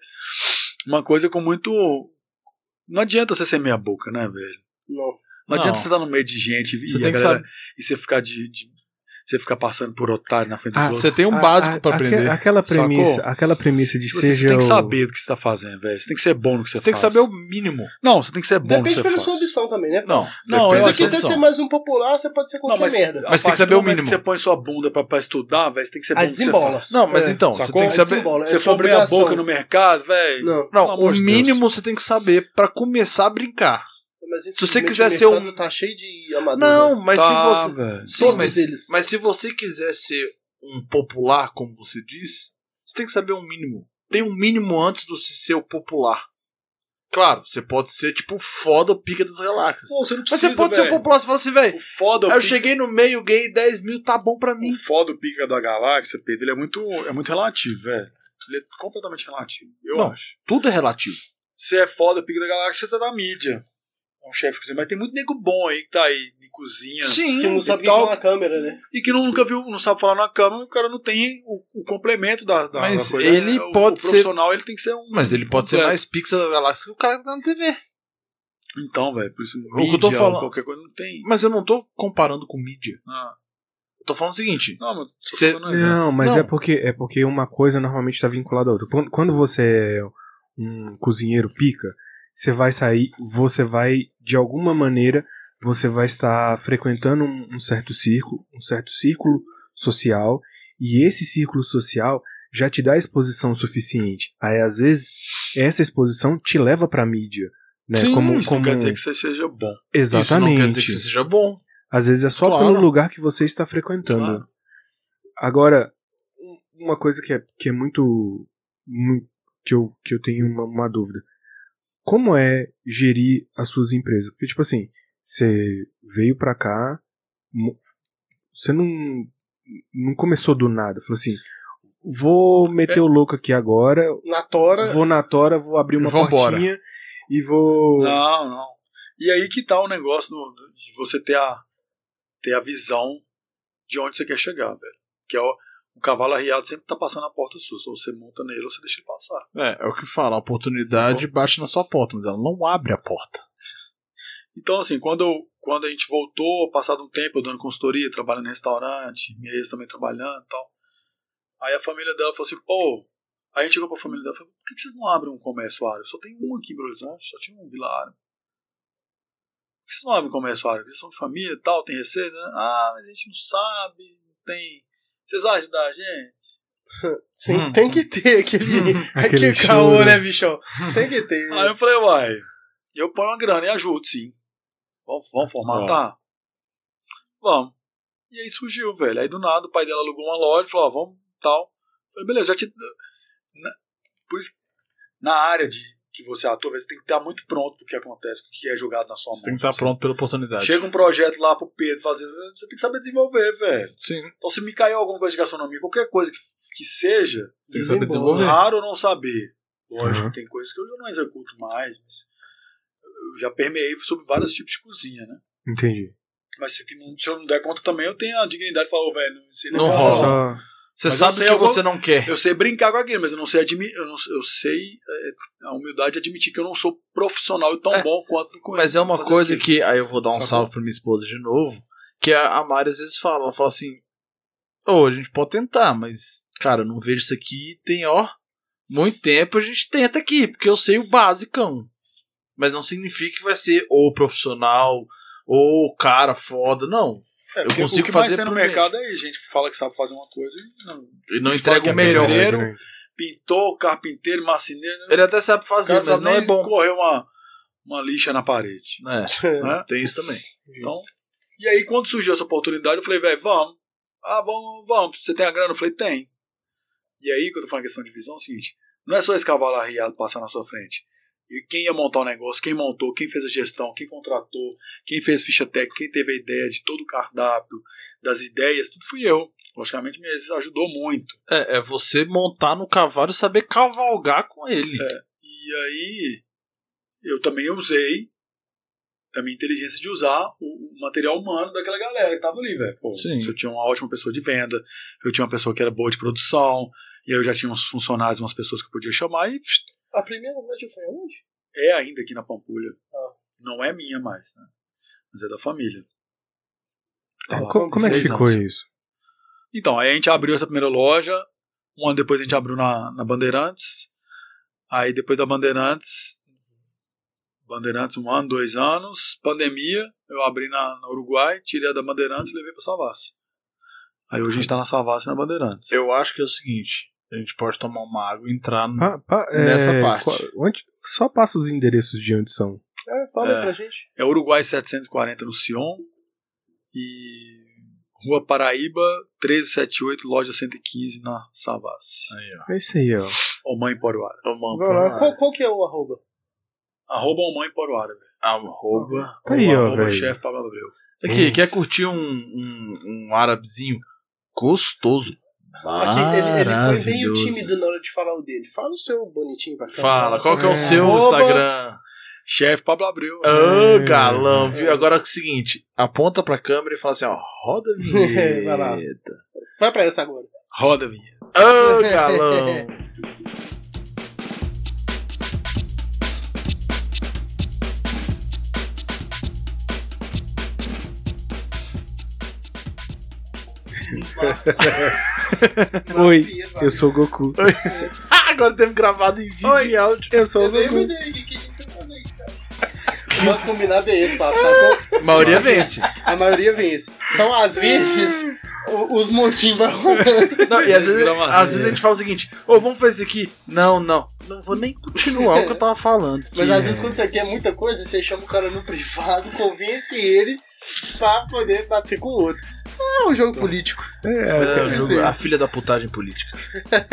uma coisa com muito. Não adianta você ser meia boca, né, velho? Não. Não, Não. adianta você estar no meio de gente e, Você a tem que galera- saber. e você ficar de, de- você ficar passando por otário na frente dos Ah, outros. Você tem um A- básico a- pra aque- aprender. Aquela Sacou? premissa, aquela premissa de Tipo assim, seja. você tem que o- saber do que você tá fazendo, velho. Você tem que ser bom no que você, Você tem que faz. saber o mínimo. Não, você tem que ser bom no Depende que você pela sua faz. ambição também, né? Não, Não. depende eu Se acho você que da sua quiser opção. ser mais um popular, você pode ser Não, qualquer mas, merda. a Mas tem que partir do saber o momento mínimo. Que você põe sua bunda pra, pra estudar, velho. Você tem que ser bom Aí no que você desembola. faz. Não, mas É, então, sacou? você tem que Aí saber. desembola, é Você sua for meia obrigação. boca no mercado, velho. Não. Não, Pelo o amor de mínimo você tem que saber pra começar a brincar. Mas, Se você infelizmente, quiser o ser um- mercado Tá cheio de amadores. né? Não, mas Tá, se você. velho. Sim, Todos mas, eles. mas se você quiser ser um popular, como você diz, você tem que saber um mínimo. Tem um mínimo antes do se ser o popular. Claro, você pode ser tipo foda ou pica das galáxias. Pô, você não Mas precisa, você pode ser velho. um pro próximo e falar assim, velho. O foda Eu o pica, cheguei no meio, gay 10 mil, tá bom pra mim. O foda do pica da galáxia, Pedro, ele é muito, é muito relativo, velho. Ele é completamente relativo, eu Não. acho. Tudo é relativo. Você é foda, pica da galáxia, você tá na mídia. É um chefe que você- Mas tem muito nego bom aí que tá aí em cozinha. Sim. Que não sabe o que é então tal. uma câmera, né? E que nunca viu, não sabe falar na câmera, o cara não tem o, o complemento da, da, Mas da coisa. ele o, pode o ser- profissional, ele tem que ser um. Mas ele pode ser completo. mais pixel da galáxia que o cara que tá na TV. Então, velho, por isso que eu mídia, tô falando. qualquer coisa não tem. Mas eu não tô comparando com mídia. Ah, Eu tô falando o seguinte. não, mas só Cê- tô dando um exemplo. Não, mas Não. é porque é porque uma coisa normalmente está vinculada à outra. Quando, quando você é um cozinheiro pica, você vai sair, você vai de alguma maneira, você vai estar frequentando um, um certo círculo, um certo círculo social, e esse círculo social já te dá exposição suficiente. Aí às vezes essa exposição te leva pra mídia, né? Sim, como Isso como não quer dizer que você seja bom. exatamente. Isso não quer dizer que você seja bom. Às vezes é só Claro. pelo lugar que você está frequentando. Claro. Agora, um- uma coisa que é, que é muito. mu- que, eu, que eu tenho uma, uma dúvida. Como é gerir as suas empresas? Porque, tipo assim, você veio pra cá, mo- você não, não começou do nada. Falou assim: vou meter o louco aqui agora, Na tora, vou na tora, vou abrir uma Vambora. portinha e vou. Não, não. E aí que tá o negócio do- do- de você ter a, ter a visão de onde você quer chegar, velho. Que é o, o cavalo arriado sempre tá passando na porta sua. Ou você monta nele ou você deixa ele passar. É, é o que fala. A oportunidade bate na sua porta, mas ela não abre a porta. Então, assim, quando, eu- quando a gente voltou, passado um tempo eu dando consultoria, trabalhando em restaurante, minha ex também trabalhando e tal. Aí a família dela falou assim, pô... Aí a gente chegou pra família dela e falou, por que, que vocês não abrem um comércio árabe? Só tem um aqui em Belo Horizonte, só tinha um Vila Árabe. Por que vocês não abrem um comércio árabe? Vocês são de família e tal, tem receita? Ah, mas a gente não sabe, não tem... Vocês ajudam a gente? tem, Hum. tem que ter Hum. aquele, Uhum. Aquele aquele show, caô, né? né, bichão? Tem que ter. Aí eu falei, uai, eu ponho uma grana e ajudo, sim. Vamos, vamos formatar? Vamos. E aí surgiu, velho. Aí do nada o pai dela alugou uma loja, falou, ó, vamos tal. Eu falei, beleza, já te. Na, por isso, na área de que você atua, você tem que estar muito pronto pro que acontece, pro que é jogado na sua Você tem mão. que estar Você- pronto pela oportunidade. Chega um projeto lá pro Pedro fazer, você tem que saber desenvolver, velho. Sim, Então se me caiu alguma coisa de gastronomia, qualquer coisa que, que seja, tem que saber desenvolver. Raro não saber. Lógico, Uhum. tem coisas que eu já não executo mais, mas eu já permeei sobre vários tipos de cozinha, né? Entendi. Mas se, que não- se eu não der conta também, eu tenho a dignidade de falar, ô velho, não sei nem Não falar. rola. Só- Você Mas eu sabe o sei que alguma- você não quer. Eu sei brincar com aquilo, mas eu não sei admitir. Eu, não- eu sei é, a humildade de admitir que eu não sou profissional e tão É. bom quanto com Mas é uma fazer coisa aquilo. que. Aí eu vou dar um Sacou? salve pra minha esposa de novo. Que a, a Mari às vezes fala, ela fala assim. Ô, a gente pode tentar, mas, cara, eu não vejo isso aqui, tem, ó. Muito tempo a gente tenta aqui, porque eu sei o basicão. Mas não significa que vai ser ou profissional, ou cara foda, não. É, porque consigo o que mais fazer tem no por mim. mercado é gente que fala que sabe fazer uma coisa e não. Ele não fala que entrega é o melhor. pedreiro. Né? Pintor, carpinteiro, marceneiro. Ele até sabe O fazer, cara mas sabe não é nem bom. correr uma, uma lixa na parede. É, Né? tem isso também. Então, e aí quando surgiu essa oportunidade, eu falei, velho, vamos. Ah, vamos, vamos. Você tem a grana? Eu falei, tem. E aí, quando eu falo questão de visão, é o seguinte, não é só esse cavalo arriado passar na sua frente. E quem ia montar o negócio, quem montou, quem fez a gestão, quem contratou, quem fez ficha técnica, quem teve a ideia de todo o cardápio, das ideias, tudo fui eu. Logicamente, minha ex ajudou muito. É, é você montar no cavalo e saber cavalgar com É. ele. E aí, eu também usei a minha inteligência de usar o, o material humano daquela galera que tava ali, velho. Pô, Sim. Eu tinha uma ótima pessoa de venda, eu tinha uma pessoa que era boa de produção, e aí eu já tinha uns funcionários, umas pessoas que eu podia chamar, e pss, A primeira noite foi aonde? é ainda aqui na Pampulha. Ah. Não é minha mais, né? Mas é da família. Tá É, lá, co- como é que seis ficou anos. isso? Então, aí a gente abriu essa primeira loja. Um ano depois a gente abriu na, na Bandeirantes. Aí depois da Bandeirantes, Bandeirantes um ano, dois anos, pandemia, eu abri na, na Uruguai, tirei a da Bandeirantes e levei pra Savassi. Aí hoje a gente tá na Savassi e na Bandeirantes. Eu acho que é o seguinte: a gente pode tomar uma água e entrar no. Ah. Pa- pa- Nessa parte. qual- onde- só passa os endereços de onde são. É, fala É. aí pra gente. É Uruguai 740 no Sion e Rua Paraíba 1378, loja 115 na Savassi. Aí, É isso aí, ó. Ou Mãe Poruara. ó. Toma Vai lá. Qual, qual que é o arroba? Arroba a mãe por árabe. Arroba. Tá aí, ó, Arroba velho. chefe Pablo Abreu. Aqui, quer curtir um, um, um árabezinho gostoso? Aqui, ele, ele foi meio Maravilhoso. tímido na hora de falar o dele. Fala o seu bonitinho pra cá. Fala, qual que é o É. seu Arroba- Instagram? Chefe Pablo Abreu. Ô, É. galão, viu? Agora é o seguinte, aponta pra câmera e fala assim, ó, roda a É, Vai lá. vinheta. Vai pra essa agora. Roda, vinha. Ô, galão. Oi, Maravilha, Eu sou o Goku. Ah, Agora temos gravado em vídeo e áudio. Eu sou o Eu dei uma Goku. ideia aqui que a gente vai fazer, cara. O nosso combinado é esse, Pablo. Sabe qual? A maioria vence. A maioria vence. Então, às vezes, o- os montinhos vão rolando. Não, e às vezes, Desgramação. às vezes a gente fala o seguinte, ô, vamos fazer isso aqui. Não, não, não vou nem continuar o que eu tava falando. Mas Que- às vezes, é quando você quer muita coisa, você chama o cara no privado, convence ele pra poder bater com o outro. Ah, um jogo político. É, o quer jogo- dizer. a filha da putagem política.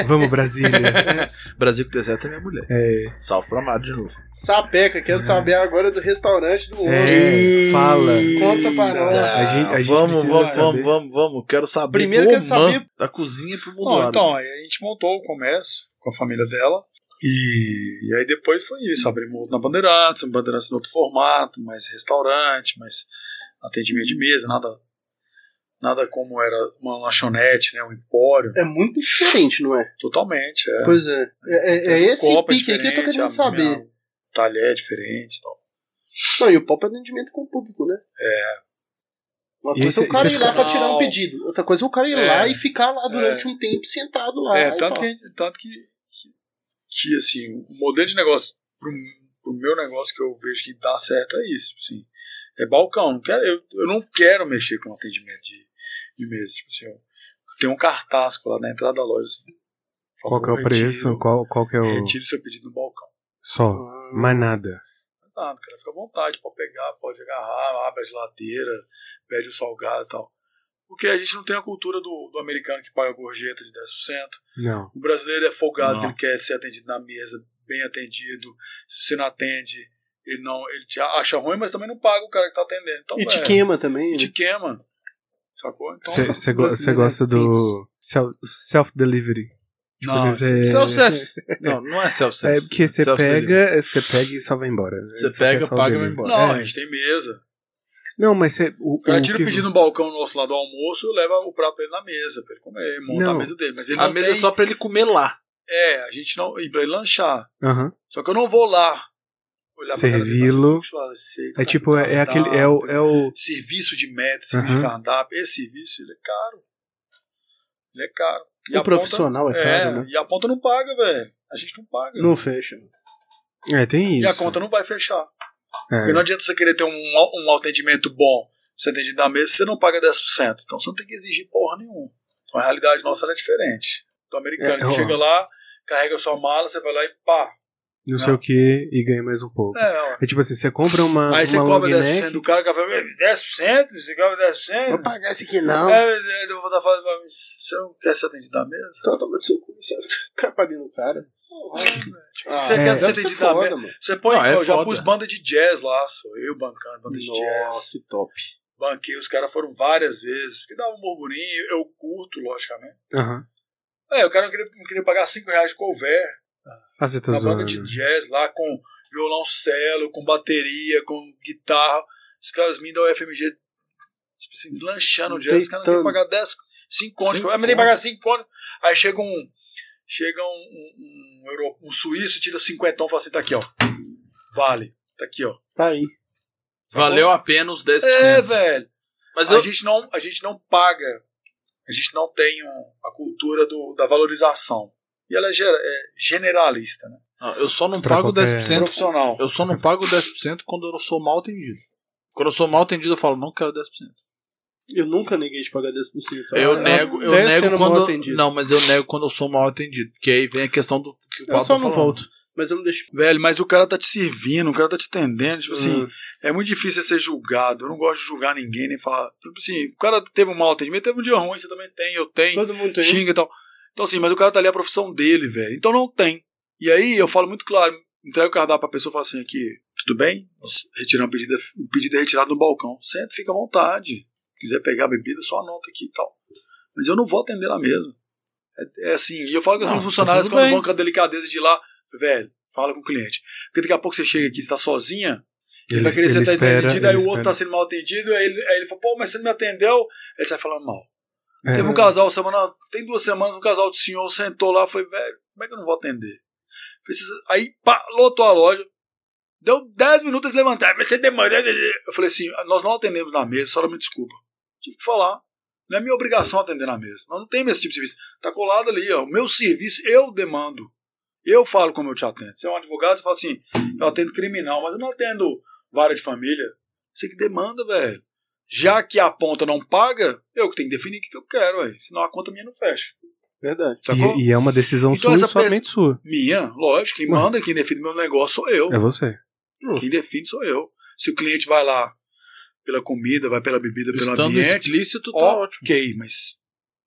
Vamos, Brasília. Brasil que deserta é minha mulher. É, Salve pra Mário de novo. Sapeca, É. quero saber agora do restaurante do outro. É, fala. Conta pra Tá, nós. A gente- a gente vamos, precisa vamos, saber. vamos, vamos, vamos. Quero saber. Primeiro do quero saber- man da cozinha pro mundo. Não, árabe. então, né? aí a gente montou o comércio com a família dela. E, e aí depois foi isso. Abrimos outro na Bandeirantes, uma Bandeirantes em outro formato, mais restaurante, mais atendimento de mesa, nada nada como era uma lanchonete, né, um empório. É muito diferente, não é? Totalmente, é. Pois é. É, é- é Tem um esse copo pique aí que eu tô diferente, querendo a saber. minha- Talher diferente e tal. Não, e o pop é atendimento com o público, né? É. Uma E coisa é esse- o cara esse ir lá pra canal- tirar um pedido. Outra coisa é o cara ir É. lá e ficar lá durante um tempo sentado lá. É, e tanto tal. que, tanto que, que, que, assim, o modelo de negócio pro, pro meu negócio que eu vejo que dá certo é isso, tipo assim, é balcão, não quero, eu, eu não quero mexer com atendimento de, de mesa, tipo assim, eu, tem um cartaz lá na entrada da loja, assim, por Qual que é o favor, preço? retiro- Qual, qual que é o. Retire seu pedido no balcão. Só. Ah, Mais nada. Mas nada, cara, fica à vontade, pode pegar, pode agarrar, abre a geladeira, pede o salgado e tal. Porque a gente não tem a cultura do, do americano que paga gorjeta de 10%, Não. O brasileiro é folgado, Não. que ele quer ser atendido na mesa, bem atendido. Se você não atende, ele não, ele te acha ruim, mas também não paga o cara que tá atendendo. Então, e te é, queima também. né? te queima. Sacou? Então, Você brasileiro é gosta do difícil. self- self-delivery. não, Tipo, cê- Self-service. Não, não é self-service. É porque você Self-service. pega, você pega e só vai embora. né? Você Só pega, quer só paga e o vai delivery. embora. não, É. a gente tem mesa. Não, mas você. O, O cara o tira que- o pedido no balcão nosso lá do almoço, leva o prato pra ele na mesa, pra ele comer, monta Não. a mesa dele. Mas ele A não mesa é tem- só pra ele comer lá. É, a gente não. E pra ele lanchar. Aham. Só que eu não vou lá. olhar pra cara dele e Servi-lo. falar assim, "Sei, É cara, Tá, tipo, é, é aquele. É o, é o. serviço de meta, serviço Aham. de cardápio, esse serviço ele é caro. Ele é caro. O profissional ponta, é caro, né? E a ponta não paga, velho. A gente não paga. Não É. fecha. É, tem e isso. a conta não vai fechar. Porque não É. adianta você querer ter um, um atendimento bom, você atende na mesa, você não paga 10%. Então você não tem que exigir porra nenhuma. Então a realidade nossa era diferente. Do É, americano ó. que chega lá, carrega sua mala, você vai lá e pá. Não sei o que e ganha mais um pouco. Ah. É, ó. É tipo assim, você compra uma. Aí você uma cobra long 10% neck, do cara, o cara fala, 10%? Você cobra 10%? Vou pagar esse aqui não. É, eu vou dar falando pra mim, você não quer ser atendido na mesa? Então toma do seu cu. Cai pra dentro do um cara. né, Tipo, Você Ah, quer ser deve atendido na foda, merda. mano. Você põe, Não, é eu já foda. pus banda de jazz lá, sou eu bancando banda de jazz. Nossa, top. Banquei, os caras foram várias vezes, porque dava um burburinho, eu curto, logicamente. Aham. É, o cara não queria, não queria pagar 5 reais de couvert Ah, você tá na zoando. banda de jazz lá, com violoncelo, com bateria, com guitarra. Os caras me da UFMG, tipo assim, deslanchando o jazz, os caras não querem Deitando. pagar 10 5 contos. Cinco Ah, mas tem que conto. pagar 5 contos. Aí chega um. Chega um, um, um, euro- um suíço, tira 50 e fala assim: tá aqui, ó. Vale. Tá aqui, ó. Tá aí. Valeu a pena os 10%. É, velho. Mas a, eu, gente não, a gente não paga. A gente não tem um- a cultura do, da valorização. E ela é, gera- é generalista, né? não, eu só não Pra pago qualquer- 10%. Profissional. Eu só não pago 10% quando eu sou mal atendido. Quando eu sou mal atendido, eu falo, não quero 10%. Eu nunca neguei de pagar 10%. Tá. Eu Ah, nego, eu até nego sendo quando. mal eu, atendido. não, mas eu nego quando eu sou mal atendido. Porque aí vem a questão do que o Eu Paulo só tá não falando. volto. Mas eu não deixo. Velho, mas o cara tá te servindo, o cara tá te atendendo. Tipo assim, Hum. É muito difícil você ser julgado. Eu não gosto de julgar ninguém, nem falar. Tipo assim, o cara teve um mau atendimento, teve um dia ruim, você também tem, eu tenho, Todo mundo tem. xinga e tal. Então, assim, mas o cara tá ali a profissão dele, velho. Então não tem. E aí eu falo muito claro, entrega o cardápio para a pessoa e fala assim: aqui, tudo bem? Nós retiramos o pedido, o pedido é retirado no balcão. Senta, fica à vontade. Se quiser pegar a bebida, só anota aqui e tal. Mas eu não vou atender na mesa. É, é assim, e eu falo com os Não, meus funcionários tá tudo quando bem. vão com a delicadeza de ir lá, velho, fala com o cliente. Porque daqui a pouco você chega aqui, você está sozinha, ele, vai querer ser tá atendido, aí o outro está sendo mal atendido, aí ele, aí ele fala, pô, mas você não me atendeu. Aí você vai falando mal. É, Teve um casal semana, tem duas semanas, um casal do senhor sentou lá, falei, velho, como é que eu não vou atender? Precisa... Aí pá, lotou a loja. Deu 10 minutos eles levantaram, mas você demorou. Eu falei assim, nós não atendemos na mesa, a senhora me desculpa. Tive que falar. Não é minha obrigação atender na mesa. Nós não temos esse tipo de serviço. Tá colado ali, ó. O meu serviço, eu demando. Eu falo como eu te atendo. Você é um advogado, você fala assim, eu atendo criminal, mas eu não atendo vara de família. Você que demanda, velho. Já que a ponta não paga, eu que tenho que definir o que que eu quero, aí. senão a conta minha não fecha. Verdade. Sacou? E, e é uma decisão Então sua, essa somente sua. Minha, lógico, quem Ué. manda, quem define meu negócio sou eu. É você. Quem define sou eu. Se o cliente vai lá pela comida, vai pela bebida, pelo Estando um ambiente, explícito, tá Ó. ótimo. ok, mas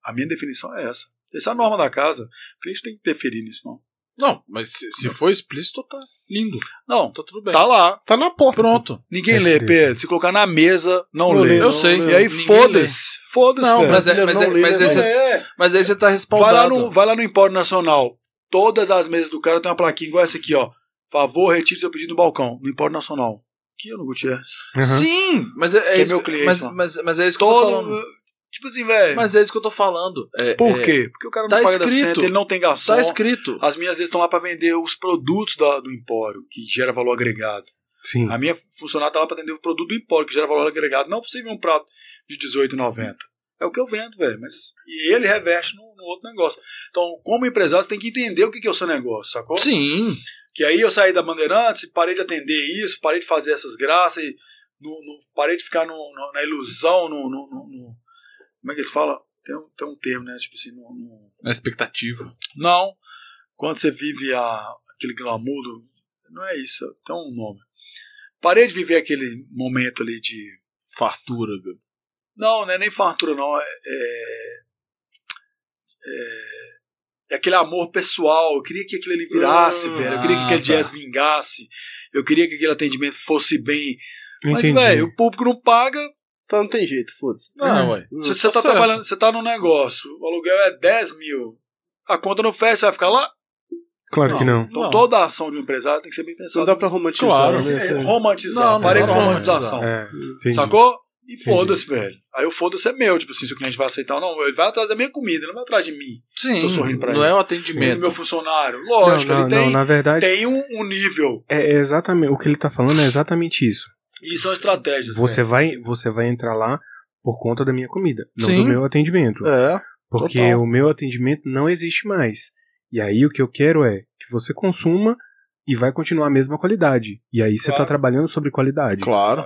a minha definição é essa. Essa é a norma da casa. O cliente tem que interferir nisso, não. Não, mas se, se for explícito, tá lindo. Não, Tá tudo bem. tá lá. Tá na porta. Pronto. Ninguém Tá lê, escrito. Pedro. Se colocar na mesa, não Não lê. lê, Eu sei. E aí, Ninguém foda-se. Foda-se, Não, velho. mas, é, mas, é, Não lê, mas, né? aí você- é. mas aí você tá Vai respaldado. lá, no, vai lá no Empório Nacional. Todas as mesas do cara tem uma plaquinha igual essa aqui, ó. Favor, retire seu pedido no balcão. No Empório Nacional. Que ano, Gutierrez? Aham. Uhum. Sim, mas é, é Que é isso, meu cliente, mas, mano. mas, mas é isso que eu tô Todo. falando. Tipo assim, velho. Mas é isso que eu tô falando. É, Por é, quê? Porque o cara não tá paga escrito. da cena, ele não tem garçom. Tá escrito. As minhas vezes estão lá pra vender os produtos da- do Empório, que gera valor agregado. Sim. A minha funcionária tá lá pra atender o produto do Empório, que gera valor agregado. Não precisa ver um prato de R$18,90. É o que eu vendo, velho. Mas e ele reveste no, no outro negócio. Então, como empresário, você tem que entender o que, que é o seu negócio, sacou? Sim. Que aí eu saí da Bandeirantes e parei de atender isso, parei de fazer essas graças, e no, no- parei de ficar no- no- na ilusão, no, no- no- no- Como é que eles falam? Tem um, tem um termo, né? Tipo assim, no- no- A expectativa. Não. Quando você vive a- aquele glamour, do- não é isso, tem um nome. Parei de viver aquele momento ali de. Fartura, velho. Não, não é nem fartura, não. É, é, é- é aquele amor pessoal. Eu queria que aquilo ali virasse, Ah, velho. Eu queria que aquele tá. jazz vingasse. Eu queria que aquele atendimento fosse bem. Mas, Entendi. velho, o público não paga. Então não tem jeito, foda-se. Ah, ué. Se você tá certo. trabalhando, você tá num negócio, o aluguel é 10 mil. A conta não fecha, você vai ficar lá. Claro que não. Então Não. toda a ação de um empresário tem que ser bem Não pensada. dá pra romantizar. Claro. né? É, romantizar. Não, não Parei dá com a pra romantização. É, entendi. Sacou? E foda-se, velho. Aí o foda-se é meu, tipo assim, se o cliente vai aceitar ou não. Ele vai atrás da minha comida, ele não vai atrás de mim. Sim. Tô sorrindo pra não ele. é um do atendimento. meu funcionário. Não, Lógico, não, ele tem, não, na verdade, tem um, um nível. é é exatamente, o que ele tá falando é exatamente isso. E são estratégias. Você velho. vai, você vai entrar lá por conta da minha comida, não Sim. do meu atendimento. É. porque total. o meu atendimento não existe mais. E aí o que eu quero é que você consuma e vai continuar a mesma qualidade. E aí você Claro. tá trabalhando sobre qualidade. Claro.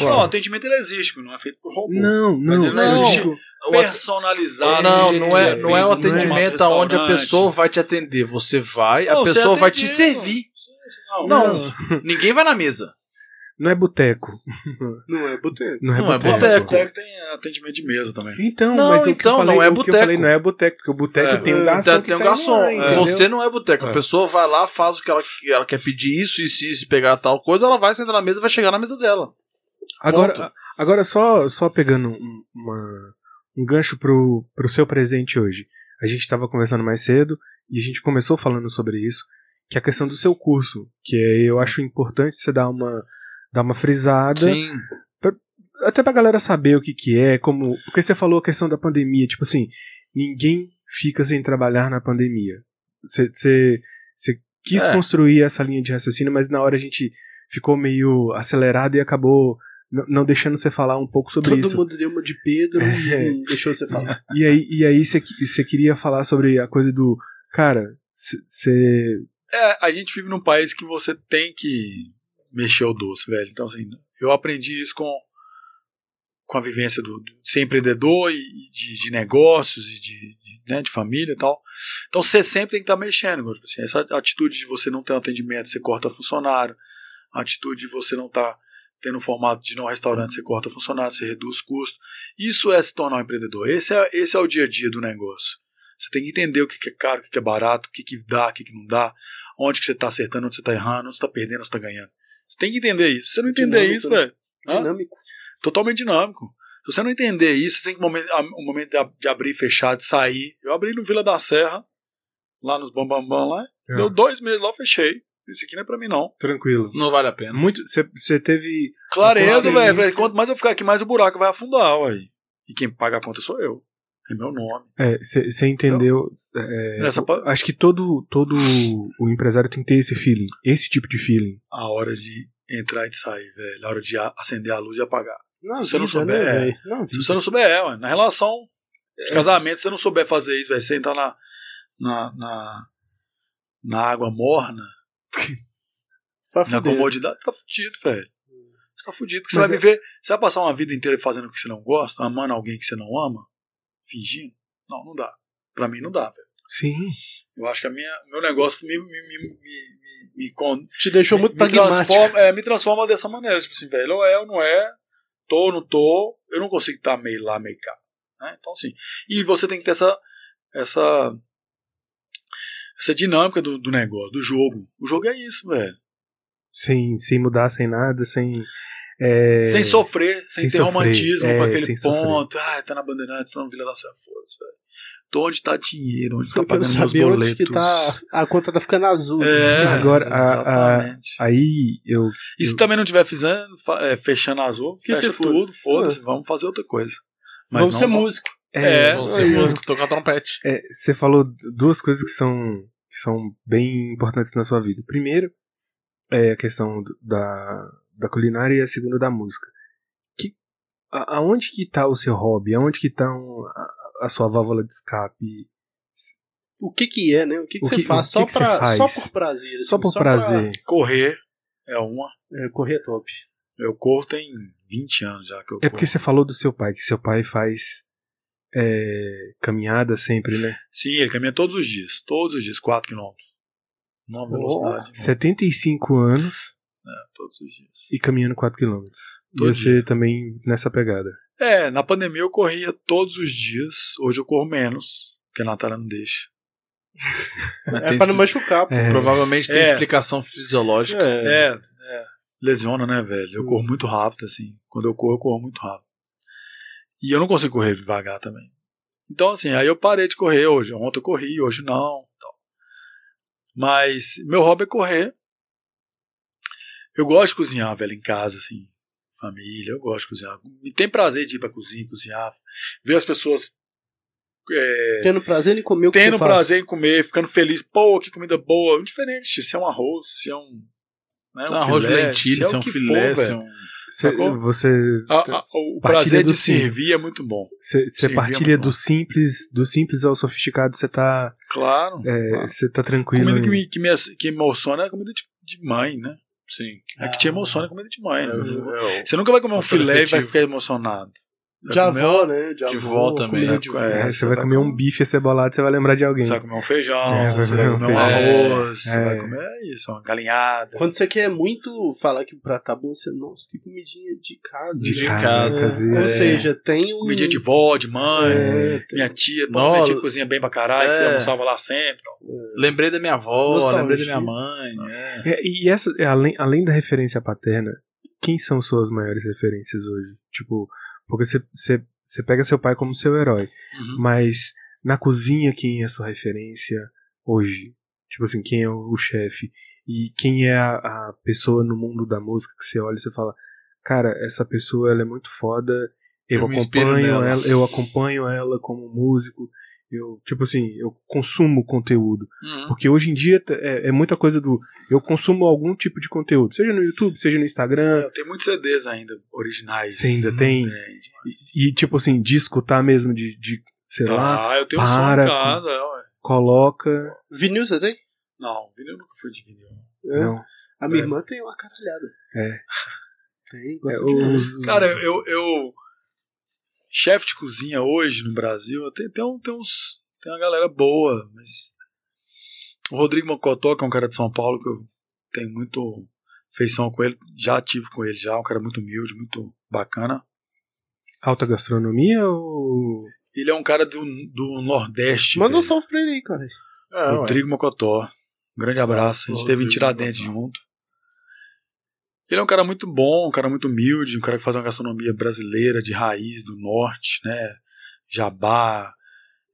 Não, o atendimento ele existe, mas não é feito por robô. Não, não, Mas ele é não eu existe. digo- tá O at- Personalizado. Não, ele não é, não é não é? feito um num atendimento aonde a restaurante. pessoa vai te atender. Você vai, a Não, você pessoa vai te atendeu. servir. Não, Não. mas- Ninguém vai na mesa. não é boteco, Não é boteiro. não é Não é boteco. mas boteco. boteco tem atendimento de mesa também. Então, Não, mas o que eu então, falei, não é o que eu boteco. falei não é boteco, porque o boteco É. tem um garçom. Tem- que tem um tá garçom. Lá, entendeu? Você não é boteco. É. A pessoa vai lá, faz o que ela, que ela quer pedir, isso, isso, isso, pegar tal coisa, ela vai sentar na mesa e vai chegar na mesa dela. Agora, Ponto. agora só, só pegando um, uma- um gancho pro, pro seu presente hoje. A gente estava conversando mais cedo e a gente começou falando sobre isso, que é a questão do seu curso, que é, eu acho importante você dar uma, dar uma frisada, Sim. até pra galera saber o que que é, como, porque você falou a questão da pandemia, tipo assim, ninguém fica sem trabalhar na pandemia. Você- Você você quis É. construir essa linha de raciocínio, mas na hora a gente ficou meio acelerado e acabou n- não deixando você falar um pouco sobre Todo isso. mundo deu uma de Pedro É. e não deixou você falar. E aí, e aí você, você queria falar sobre a coisa do. Cara, você. É, a gente vive num país que você tem que mexer o doce, velho. Então, assim, eu aprendi isso com, com a vivência do, do- de ser empreendedor e, e de, de negócios e de, de, né, de família e tal. Então, você sempre tem que estar mexendo. Tipo assim, essa atitude de você não ter um atendimento, você corta funcionário. A atitude de você não estar tendo um formato de não restaurante, você corta funcionário, você reduz custo. Isso é se tornar um empreendedor. Esse é, esse é o dia a dia do negócio. Você tem que entender o que que é caro, o que que é barato, o que que dá, o que que não dá, onde que você tá acertando, onde você tá errando, onde você tá perdendo, onde você tá ganhando. Você tem que entender isso. Se você não entender Dinâmico, isso, né? velho. hã? Dinâmico. totalmente dinâmico. Se você não entender isso, você tem que momen- a- o momento de ab- de abrir, fechar, de sair. Eu abri no Vila da Serra, lá nos Bambambam, Bam, Bam, lá. É. Deu dois meses lá, eu fechei. Isso aqui não é pra mim, não. Tranquilo. Não vale a pena. é Muito. Você teve. Clareza, Consciência. velho. Falei, Quanto mais eu ficar aqui, mais o buraco vai afundar, ué. E quem paga a conta sou eu. É meu nome. Você entendeu. é, Nessa pa- Acho que todo, todo o empresário tem que ter esse feeling. Esse tipo de feeling. A hora de entrar e de sair, velho. A hora de a- acender a luz e apagar. Na Se você não vida, né, souber, é. velho? Na Se vida. Uhum. você não souber, é, ué. Na relação de É. casamento, se você não souber fazer isso, velho. Você entrar na, na, na, na água morna, Tá Na fudendo. comodidade, tá fudido, velho. Você tá fudido. Porque você Mas vai é- viver. Você vai passar uma vida inteira fazendo o que você não gosta, amando alguém que você não ama, fingindo? Não, não dá. Pra mim não dá, velho. Sim. Eu acho que a minha, meu negócio me, me, me, me, me, me con- Te deixou muito me pragmático. transforma, é, me transforma dessa maneira. Tipo assim, velho, ou é ou não é, tô ou não tô, eu não consigo estar meio lá, meio cá. né? Então, assim. E você tem que ter essa. essa essa dinâmica do, do negócio, do jogo. O jogo é isso, velho. Sem, sem mudar, sem nada, sem. é, Sem sofrer, sem, sem ter sofrer, romantismo é, com sem aquele sofrer. ponto. Ah, tá na Bandeirantes, tá no Vila da Serra, foda-se, velho. Tô onde tá dinheiro, onde tá Eu quero pagando meus saber onde que boletos. tá. A conta tá ficando azul. É, Agora, a- a- exatamente. Aí eu. e se também não tiver fizendo, fa- é, fechando azul, Que fecha se foda. tudo, foda-se, vamos fazer outra coisa. Mas Vamos não ser vamos- músico. É. Vão ser Aí, ó. músico, tocar trompete. é, Você falou duas coisas que são, que são bem importantes na sua vida. Primeiro, é a questão do- da, da culinária e a segunda da música. Que, a- aonde que tá o seu hobby? Aonde que tá um- a, a sua válvula de escape? O que que é, né? O que que O você que- faz? o que Só que você pra- faz? Só por prazer. assim, Só por pra- prazer. Correr é uma. É, correr é top. Eu corro tem 20 anos já que eu É corro. porque você falou do seu pai, que seu pai faz é, caminhada sempre, né? Sim, ele caminha todos os dias, todos os dias, 4 km. Numa velocidade, né, 75 anos todos os dias. e caminhando 4km. E Todo você também nessa pegada. É, na pandemia eu corria todos os dias. Hoje eu corro menos, porque a Natália não deixa. Ah, É pra não machucar, pô. É, Provavelmente tem É. explicação fisiológica. É, É. é. lesiona, né, velho? Eu corro muito rápido, assim. Quando eu corro, eu corro muito rápido. E eu não consigo correr devagar também. Então, assim, aí eu parei de correr hoje. Ontem eu corri, hoje não. tal. Mas meu hobby é correr. Eu gosto de cozinhar, velho, em casa, assim. Família, eu gosto de cozinhar. Me tem prazer de ir pra cozinha, cozinhar. Ver as pessoas é, é, Tendo prazer em comer o que tendo você faz. prazer em comer, ficando feliz, pô, que comida boa. Indiferente se é um arroz, se é um. Né, Se é um arroz de filé, lentilha, se é um que filé, for, se é velho. um... Você, Sacou? você A- a- Partilha o prazer do de sim. servir é muito bom. Você Sim, partilha é muito bom. do simples, do simples ao sofisticado, você tá, Claro. claro. você tá tranquilo. Comida que em- me, que me que emociona é a comida de, de mãe, né? Sim. É Ah. que te emociona é a comida de mãe. É, né? Uhum. é, Você nunca vai comer um Fator filé e vai afetivo. ficar emocionado. Vai De comer avó, né? De De avó, vó também. comida Sabe de qual vó. é? É, você você vai vai comer um comer- bife acebolado, você vai lembrar de alguém. Você vai comer um feijão, É, vai você vai comer um comer um feijão. arroz, você É. vai comer é isso, uma galinhada. Quando você quer muito falar que o prato tá bom, você, nossa, que comidinha de casa. De né? casa, fazia- Ou seja, tem um. Comidinha de vó, de mãe. É, tem- Minha tia, pô, Nossa. minha tia cozinha bem pra caralho, que você É. almoçava lá sempre. então. tal. Lembrei da minha avó, Nostalgia. lembrei da minha mãe. né? é. É, e essa, é, além, além da referência paterna, quem são suas maiores referências hoje? Tipo, porque você pega seu pai como seu herói, Uhum. mas na cozinha quem é sua referência hoje? Tipo assim, quem é o, o chefe? E quem é a, a pessoa no mundo da música que você olha e você fala, cara, essa pessoa ela é muito foda, eu, É Eu me inspiro acompanho nela." ela, eu acompanho ela como músico, eu, tipo assim, eu consumo conteúdo. Uhum. Porque hoje em dia t- é, é muita coisa do. Eu consumo algum tipo de conteúdo, seja no YouTube, seja no Instagram. É, Eu tenho muitos CDs ainda, originais. É, Você ainda tem? Entende? E, tipo assim, de escutar mesmo, de, de sei lá, Ah, eu tenho um som para em com- casa. é, ué. coloca. Vinil você tem? Não, vinil eu nunca fui de vinil. É. Não. A minha É. irmã tem uma caralhada. É. Tem, É, gosta de os- Cara, eu. eu, eu- chefe de cozinha hoje no Brasil, tem, tem, um- tem uns. Tem uma galera boa, mas. O Rodrigo Mocotó, que é um cara de São Paulo, que eu tenho muito feição com ele, já tive com ele já, um cara muito humilde, muito bacana. Alta gastronomia ou. Ele é um cara do, do Nordeste. Manda um velho. salve pra ele aí, cara. Ah, ué. Rodrigo Mocotó. Um grande abraço. A gente esteve em Rodrigo Tiradentes Mocotó. junto. Ele é um cara muito bom, um cara muito humilde, um cara que faz uma gastronomia brasileira de raiz do norte, né? Jabá,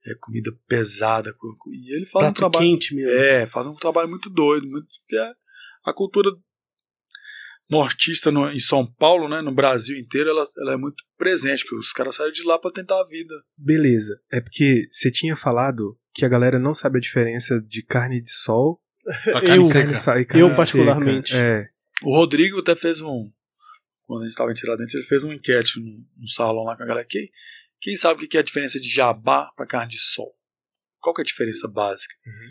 é, comida pesada. co- co- E ele faz um Prato trabalho. quente mesmo. É, faz um trabalho muito doido. Muito, que é- a cultura nortista no- em São Paulo, né, no Brasil inteiro, ela, ela é muito presente, porque os caras saíram de lá para tentar a vida. Beleza, é porque você tinha falado que a galera não sabe a diferença de carne de sol Pra Eu- carne e seca. carne sa- e carne Eu, particularmente. seca. É, O Rodrigo até fez um. Quando a gente estava em Tiradentes, ele fez uma enquete num, num salão lá com a galera. Quem, quem sabe o que que é a diferença de jabá para carne de sol? Qual que é a diferença básica? Uhum.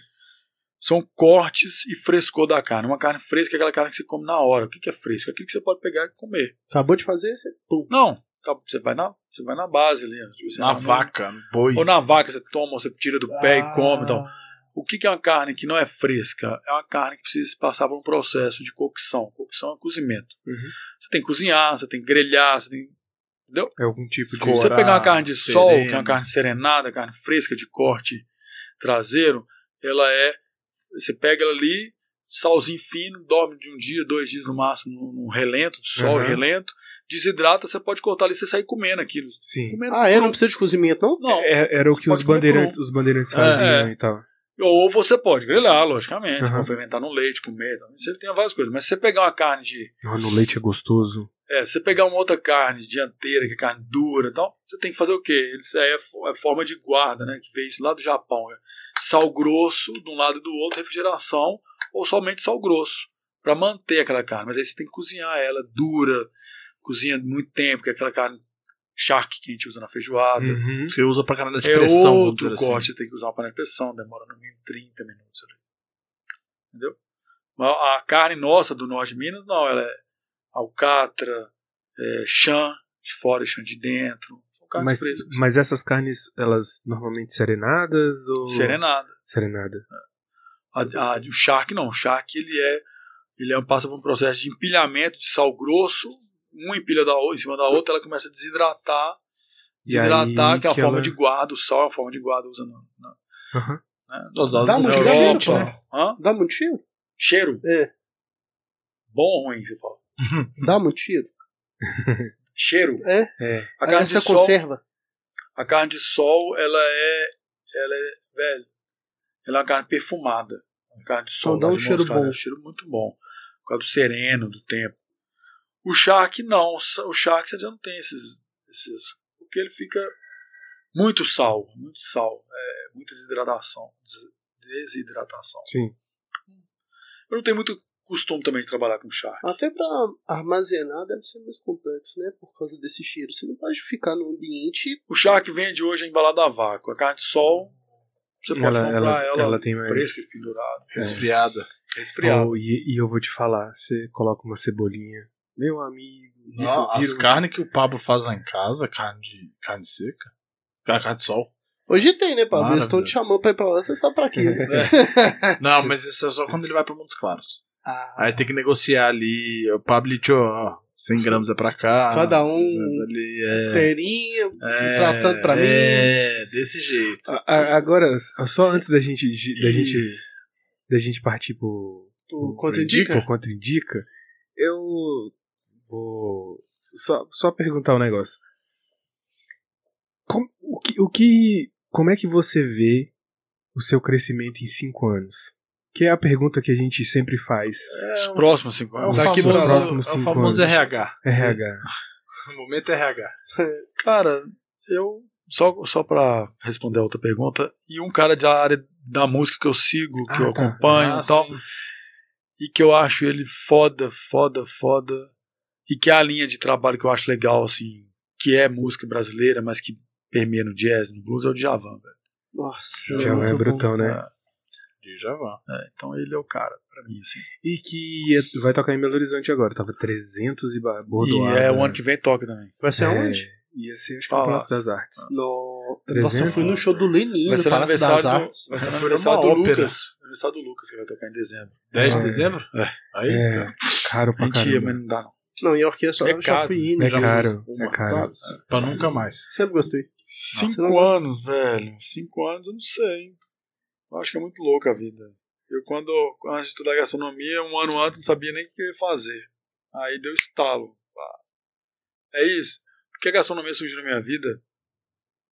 São cortes e frescor da carne. Uma carne fresca é aquela carne que você come na hora. O que, que é fresco? É Aquilo que você pode pegar e comer. Acabou de fazer, você... Pum. Não, tá- você vai na, você vai na base ali. ó. Tipo, você Na vai no- vaca, boi. Ou na vaca, você toma, ou você tira do pé e come e tal. Ah, O que que é uma carne que não é fresca? É uma carne que precisa passar por um processo de cocção. Cocção é cozimento. Uhum. Você tem que cozinhar, você tem que grelhar, você tem. é algum tipo de. Corar, você pegar uma carne de sol, sereno. que é uma carne serenada, carne fresca de corte traseiro, ela é. Você pega ela ali, salzinho fino, dorme de um dia, dois dias no máximo, num- num relento, de sol e Uhum. relento, desidrata, você pode cortar ali e você sair comendo aquilo. Sim. Comendo Ah, é? Não cru. precisa de cozimento, não? Não. É- era o que Pode os comer É, bandeirantes, os bandeirantes faziam e tal. Ou você pode grelhar, logicamente, Uhum. complementar no leite, comer. tal. Você tem várias coisas. Mas se você pegar uma carne de Ah, no leite é gostoso. É, se você pegar uma outra carne dianteira, que é carne dura e tal, você tem que fazer o quê? Isso aí é fo- é forma de guarda, né? Que veio isso lá do Japão. né? Sal grosso de um lado e do outro, refrigeração, ou somente sal grosso, para manter aquela carne. Mas aí você tem que cozinhar ela dura, cozinha muito tempo, que é aquela carne charque que a gente usa na feijoada. Uhum. Você usa pra carne de É pressão. vamos outro dizer assim. corte, tem que usar uma panela de pressão, demora no mínimo 30 minutos ali. Entendeu? Mas A carne nossa do norte de Minas, não, ela é alcatra, é, chã de fora e chã de dentro. São carnes Mas, frescas. mas essas carnes, elas normalmente serenadas ou. Serenada. Serenada. A- a- o charque não, o charque ele é, ele é- passa por um processo de empilhamento de sal grosso, uma empilha da, o- em cima da outra, ela começa a desidratar, E aí desidratar, que é a que forma ela- de guarda, o sal é a forma de guarda usando na, Aham. né, Dosado Dá no né? muito Europa. cheiro, pô. Hã? Dá muito tiro? Cheiro? É. Bom ou ruim, você fala? Dá muito tiro? Cheiro? É. É. A Aí carne, você de sol, conserva. a carne de sol, ela é. Ela é. Velho. Ela é uma carne perfumada. A carne de sol. Então dá lá um de cheiro Mostarda, bom. é Um cheiro muito bom. Por causa do sereno, do tempo. O charque, não. O sa- O charque você já não tem esses. esses porque ele fica. Muito sal. Muito sal. É, muita desidratação. des- Desidratação. Sim. Eu não tenho muito costume também de trabalhar com charque. Até pra armazenar deve ser mais complexo, né? Por causa desse cheiro. Você não pode ficar num ambiente. O charque vende hoje é embalado a vácuo. A carne de sol, você pode Ela- comprar ela- ela, ela tem mais- fresca, pendurada, É Resfriada. resfriada. Ou- e, e eu vou te falar, você coloca uma cebolinha. Meu amigo. isso Não, vira as um- carnes que o Pablo faz lá em casa, carne, de, carne seca, carne carne de sol. Hoje tem, né, Pablo? Eles estão Maravilha. te chamando pra ir pra lá, você sabe pra quê. né? Não, mas isso é só quando ele vai pra Montes Claros. Ah, Aí tem que negociar ali, o Pablo, tio, ó, 100 gramas é pra cá. Ah, Cada um Ali, é, inteirinha, é, traz tanto pra É, desse jeito. A- a- agora, só antes da gente, da gente, da gente partir pro, tu contraindica. Por contraindica, eu vou só, só perguntar um negócio. Com- o, que, o que. Como é que você vê o seu crescimento em cinco anos? Que é a pergunta que a gente sempre faz. Os próximos cinco É o anos. Daqui famoso, pros próximos é o cinco famoso anos. RH. É, RH. No momento é RH. Cara, eu. Só, só para responder a outra pergunta, e um cara da área da música que eu sigo, que Ah, eu tá. acompanho Ah, e tal, sim. e que eu acho ele foda, foda, foda, e que é a linha de trabalho que eu acho legal, assim, que é música brasileira, mas que permeia no jazz, no blues, é o Djavan, velho. Nossa, Já é muito bom. brutão, né? Djavan. É, então ele é o cara, pra mim, assim. E que é- vai tocar em Belo Horizonte agora. Tava 300 e ba- E bordoada. é o ano que vem toca também. Vai ser É, aonde? Ia ser, acho que no Palácio. Palácio das Artes. No... Nossa, 300? eu fui no show do Lenin, Vai no ser no Palácio das aniversário, do, Artes. É vai ser no Foi aniversário do numa ópera. Lucas. Aniversário do Lucas que vai tocar em dezembro. 10 de É. dezembro? É. Aí, É, cara. caro A pra gente ia, mas caramba. né? não dá não. Não, e a orquestra É lá eu já caro. fui indo. É já caro, fiz é uma. caro. Nossa, pra nunca mais. Sempre gostei. Cinco Nossa, eu- anos, velho. Cinco anos, eu não sei. hein. Eu acho que é muito louca a vida. Eu, quando antes de estudar gastronomia, um ano antes, não sabia nem o que eu ia fazer. Aí deu estalo. Pá. É isso. Porque a gastronomia surgiu na minha vida.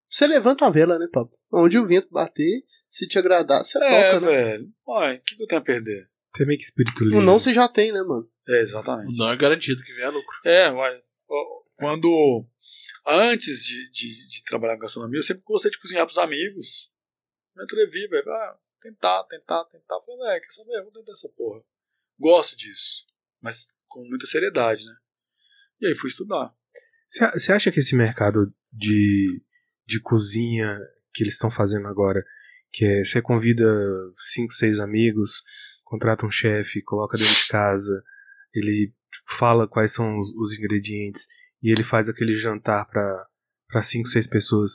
Você levanta a vela, né, Pablo? Onde o vento bater, se te agradar, você É, toca, né? velho. Ué, o que, que eu tenho a perder? Tem é meio que espírito O livre. não você já tem, né, mano? É, exatamente. Não é garantido que vier lucro. É, uai, ó, quando. Antes de, de, de trabalhar com gastronomia, eu sempre gostei de cozinhar pros amigos. Me atrevi, velho. Ah, tentar, tentar, tentar. Falei, velho, quer saber? Vou tentar essa porra. Gosto disso. Mas com muita seriedade, né? E aí fui estudar. Você você acha que esse mercado de, de cozinha que eles estão fazendo agora, que é, você convida cinco, seis amigos, contrata um chefe, coloca dentro de casa, ele fala quais são os, os ingredientes e ele faz aquele jantar para cinco, seis pessoas,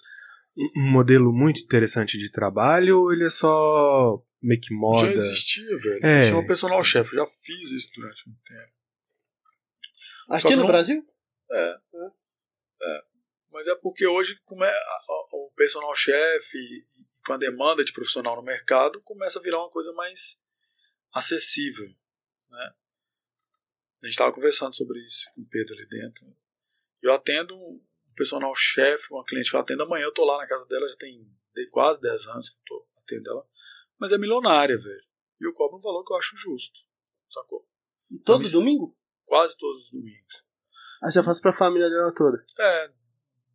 um, um modelo muito interessante de trabalho ou ele é só meio que moda? Já existia, velho. É. Você chama personal chefe. Eu já fiz isso durante um tempo. Só Aqui que no não- Brasil? Mas é porque hoje come- a- a- o personal chefe, e- e com a demanda de profissional no mercado, começa a virar uma coisa mais acessível. Né? A gente estava conversando sobre isso com o Pedro ali dentro. Eu atendo um personal chefe, uma cliente que eu atendo amanhã, eu tô lá na casa dela, já tem de- quase 10 anos que eu tô atendendo ela. Mas é milionária, velho. E eu cobro um valor que eu acho justo. Sacou? Todo Mas- domingo? Quase todos os domingos. Aí você faz pra família dela toda. É,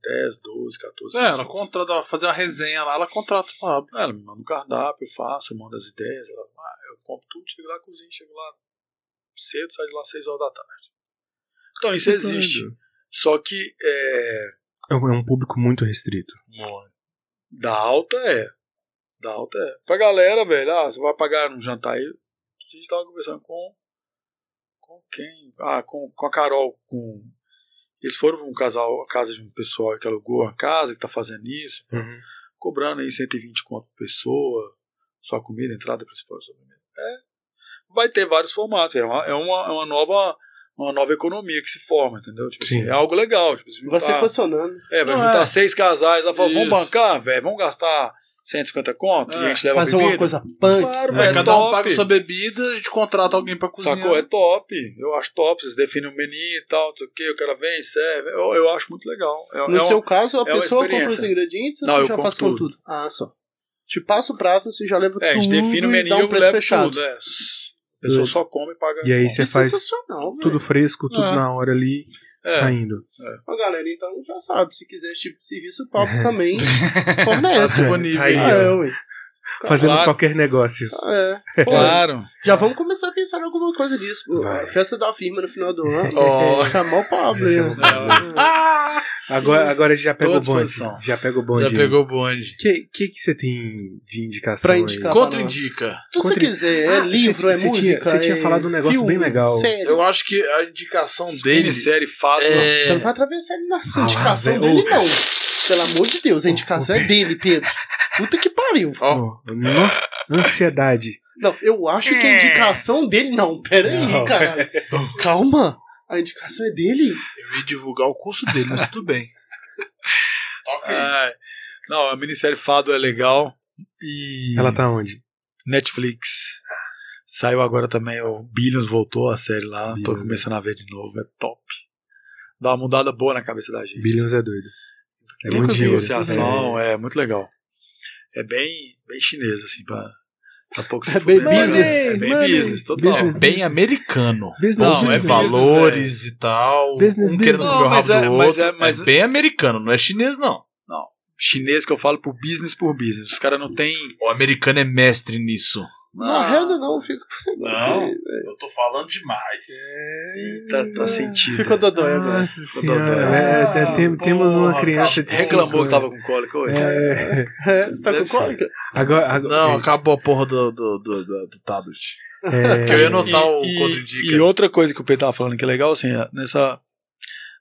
10, 12, 14. É, ela pessoas. contrata, ela fazer uma resenha lá, ela contrata o Pablo. Ela me manda um cardápio, eu faço, eu mando as ideias. Ela, ah, eu compro tudo, chego lá, cozinho, chego lá cedo, saio de lá às 6 horas da tarde. Então isso existe. Só que é, É um é um público muito restrito. da alta é. Da alta é. Pra galera, velho, ah, você vai pagar um jantar aí. A gente tava conversando com. Com quem? Ah, com, com a Carol. Com, eles foram pra um casal, a casa de um pessoal que alugou a casa, que tá fazendo isso. Uhum. cobrando aí 120 conto por pessoa, só comida, entrada principal, sobremesa. É, vai ter vários formatos, é uma, é uma, é uma nova uma nova economia que se forma, entendeu? Tipo assim, Sim. é algo legal, tipo, se Vai se juntar, posicionando. é, vai Não, juntar é. seis casais, ela fala, vamos Isso. bancar, velho, vamos gastar 150 conto e É. a gente leva Fazer bebida. uma coisa punk. Claro, É, velho, cada um top. paga sua bebida, a gente contrata alguém pra cozinhar. Sacou? É top. Eu acho top. Vocês definem o menu e tal, não sei o que, o cara vem, serve. Eu, eu acho muito legal. É, No é um- seu caso, a é uma pessoa compra os experiência. ingredientes Não, ou você eu já compro faz com tudo? Ah, só. Te passa o prato, você já leva é, a gente tudo. define o menu e e dá um eu preço levo fechado. É tudo, é. A pessoa só come e paga. E aí conta. você faz Sensacional, velho. tudo fresco, tudo É. na hora ali, É. saindo. Ó, galera, então já sabe, se quiser esse tipo de serviço, o Pablo também fornece. Tá disponível. Aí, ah, é, ó, ué. fazemos Claro. qualquer negócio. Ah, é. Pô, Claro. Já vamos começar a pensar em alguma coisa disso. Pô, Vai. A festa da firma no final do ano. Ó. Chamou o Pablo. Chamou o né? Ah! Agora, agora já Estou pega à o bonde. disposição. Já pega o Já bonde. né? pegou o bonde. Que que que você tem de indicação Pra aí? indicar. Contra-indica. Tudo que você Contra- quiser. É Ah, livro, você- é você música. tinha- você tinha é falado um negócio filme, bem legal. Sério. Eu acho que a indicação dele. Minissérie, fato. É... Você não vai atravessar ele na lá, indicação velho. dele, não. Pelo amor de Deus, a indicação é dele, Pedro. Puta que pariu. Ó, nó, ansiedade. Não, eu acho que a indicação dele. Não, pera aí, Não. caralho. Calma. A indicação é dele. Eu ia divulgar o curso dele, mas tudo bem. Ah, Ai, não, a minissérie Fado é legal. E Ela tá onde? Netflix. Saiu agora também o Billions, voltou a série lá. Tô Billions. começando a ver de novo, é top. Dá uma mudada boa na cabeça da gente. Billions é doido. É Nunca muito vi dinheiro. negociação, é. muito legal. É bem, bem chinês, assim, pra, pra pouco se É fuder, bem mas business, É bem money. business, total. Business. é Bem americano. Business, Não, Bolsa é de business, valores e tal. Business, um querendo business. comer o Não, rabo mas é- do mas outro. é- mas- bem americano, não é chinês, não. Chinês que eu falo por business por business. Os caras não tem. O americano é mestre nisso. Ah. Não, renda não, fica. Não. Eu tô falando demais. Tá, tá sentido. Fica Ah. dodói agora. É. Nossa senhora, é, Ah, tem- temos uma porra, criança de cara, Reclamou que cinco tava com cólica hoje. anos. É, É, você tá Deve com ser. cólica? agora, agora- Não, acabou a porra do, do, do, do- do tablet. é, Porque eu ia anotar o e- contra-indica. E outra coisa que o Pedro tava falando que é legal, assim, é, nessa,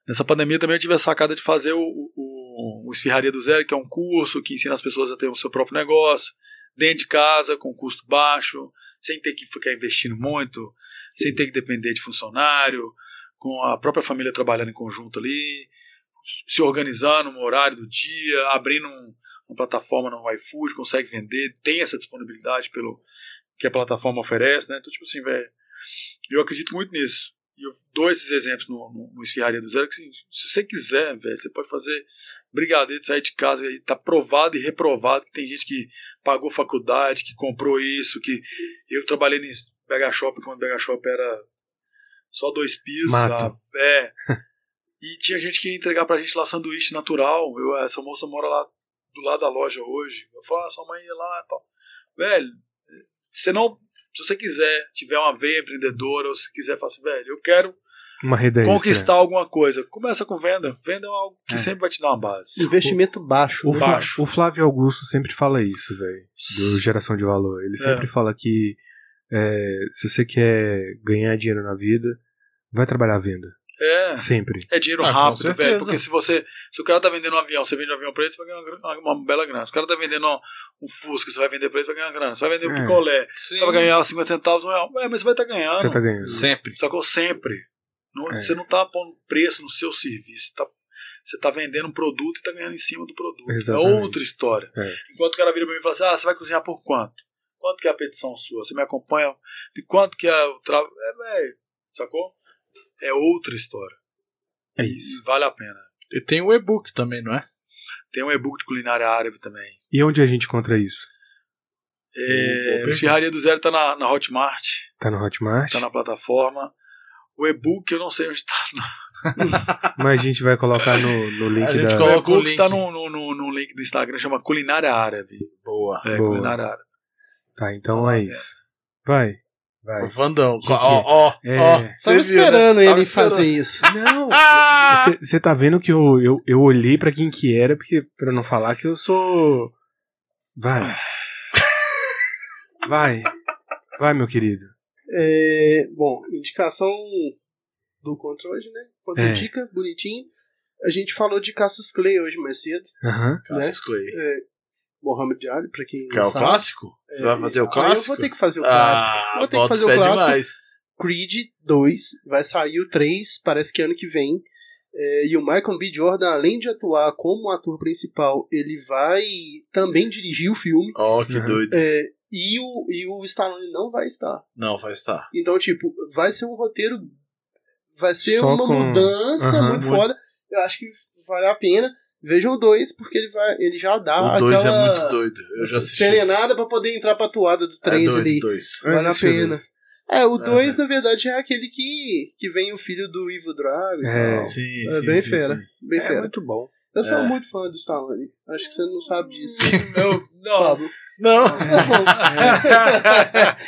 nessa pandemia também eu tive a sacada de fazer o, o, o Esfirraria do Zero, que é um curso que ensina as pessoas a ter o seu próprio negócio, dentro de casa, com custo baixo, sem ter que ficar investindo muito, sem ter que depender de funcionário, com a própria família trabalhando em conjunto ali, se organizando no horário do dia, abrindo um- uma plataforma no iFood, consegue vender, tem essa disponibilidade pelo que a plataforma oferece, né? Então, tipo assim, velho, eu acredito muito nisso. E eu dou esses exemplos no, no, no Esfirraria do Zero, que se, se você quiser, velho, você pode fazer brigadeiro de sair de casa e tá provado e reprovado que tem gente que pagou faculdade, que comprou isso, que eu trabalhei no BH Shop quando o BH Shop era só dois pisos, Mato. sabe? É. E tinha gente que ia entregar pra gente lá sanduíche natural. Eu, essa moça mora lá do lado da loja hoje. Eu falo, ah, sua mãe ia lá e tal. Velho, você não. Se você quiser, tiver uma veia empreendedora, ou se quiser, fala assim, velho, eu quero é, Uma rede extra. conquistar alguma coisa. Começa com venda. Venda é algo que sempre vai te dar uma base. Investimento baixo. O, né? Fla- baixo. o Flávio Augusto sempre fala isso, velho. Do geração de valor. Ele sempre fala que é, se você quer ganhar dinheiro na vida, vai trabalhar à venda. É. Sempre. É dinheiro Ah, com rápido, certeza. velho. Porque se você. Se o cara tá vendendo um avião, você vende um avião pra ele, você vai ganhar uma, grana- uma bela grana. Se o cara tá vendendo um, um Fusca, você vai vender pra ele, você vai ganhar uma grana. Você vai vender um É. picolé, Sim. você vai ganhar 50 centavos, um real. É, mas você vai estar ganhando. Você tá ganhando. Sempre. Sacou? Sempre. Não- É. Você não tá pondo preço no seu serviço. Tá, você tá vendendo um produto e tá ganhando em cima do produto. Exatamente. É outra história. É. Enquanto o cara vira pra mim e fala assim: ah, você vai cozinhar por quanto? Quanto que é a petição sua? Você me acompanha? De quanto que é o trabalho? É, velho. Sacou? É outra história. É E- isso. E vale a pena. E tem o e-book também, não é? Tem um e-book de culinária árabe também. E onde a gente encontra isso? É, o Esfirraria do Zero tá na, na Hotmart, Tá no Hotmart? tá na plataforma. O e-book eu não sei onde tá. Mas a gente vai colocar no, no link A gente da. O coloca- Coloca o e-book link. tá no, no, no, no link do Instagram, chama Culinária Árabe. Boa. É, Boa. Culinária Árabe. Tá, então é isso. Vai. Vai. Vandão. Gente, Ó, ó, ó. é. Tava Você viu, né? esperando Tava ele esperando. fazer isso. Não! Ah! Você tá vendo que eu, eu, eu olhei pra quem que era, porque, pra não falar que eu sou. Vai. Vai. Vai, meu querido. É, bom, indicação do contra hoje, né? Quanto É. dica, bonitinho. A gente falou de Cassius Clay hoje mais cedo. Aham. Cassius Clay. Mohamed Ali, pra quem Que é não o sabe. clássico? Você vai fazer o Ah, clássico? eu vou ter que fazer o clássico. Ah, vou ter que boto fazer o fé clássico. demais. Creed 2, vai sair o 3, parece que ano que vem. É, e o Michael B. Jordan, além de atuar como ator principal, ele vai também dirigir o filme. Ó, que Uhum. doido. É, e, o, e o Stallone não vai estar. Não, tá. vai estar. Então, tipo, vai ser um roteiro. Vai ser Só uma com- mudança Aham, muito muito. foda. Eu acho que vale a pena. Vejam o 2, porque ele, vai, ele já dá o 2 aquela é muito doido. Eu já assisti. serenada pra poder entrar pra toada do É 3 ali. doido, dois. Vale a Ai, meu pena. Deus. É, o É, 2, na verdade, é aquele que, que vem o filho do Ivo Drago. e É. tal. Sim, É sim, bem sim, fera. sim. Bem fera. muito bom. Eu sou É. muito fã do Stallone. Acho que você não sabe disso. Eu, não. Pablo. É Não.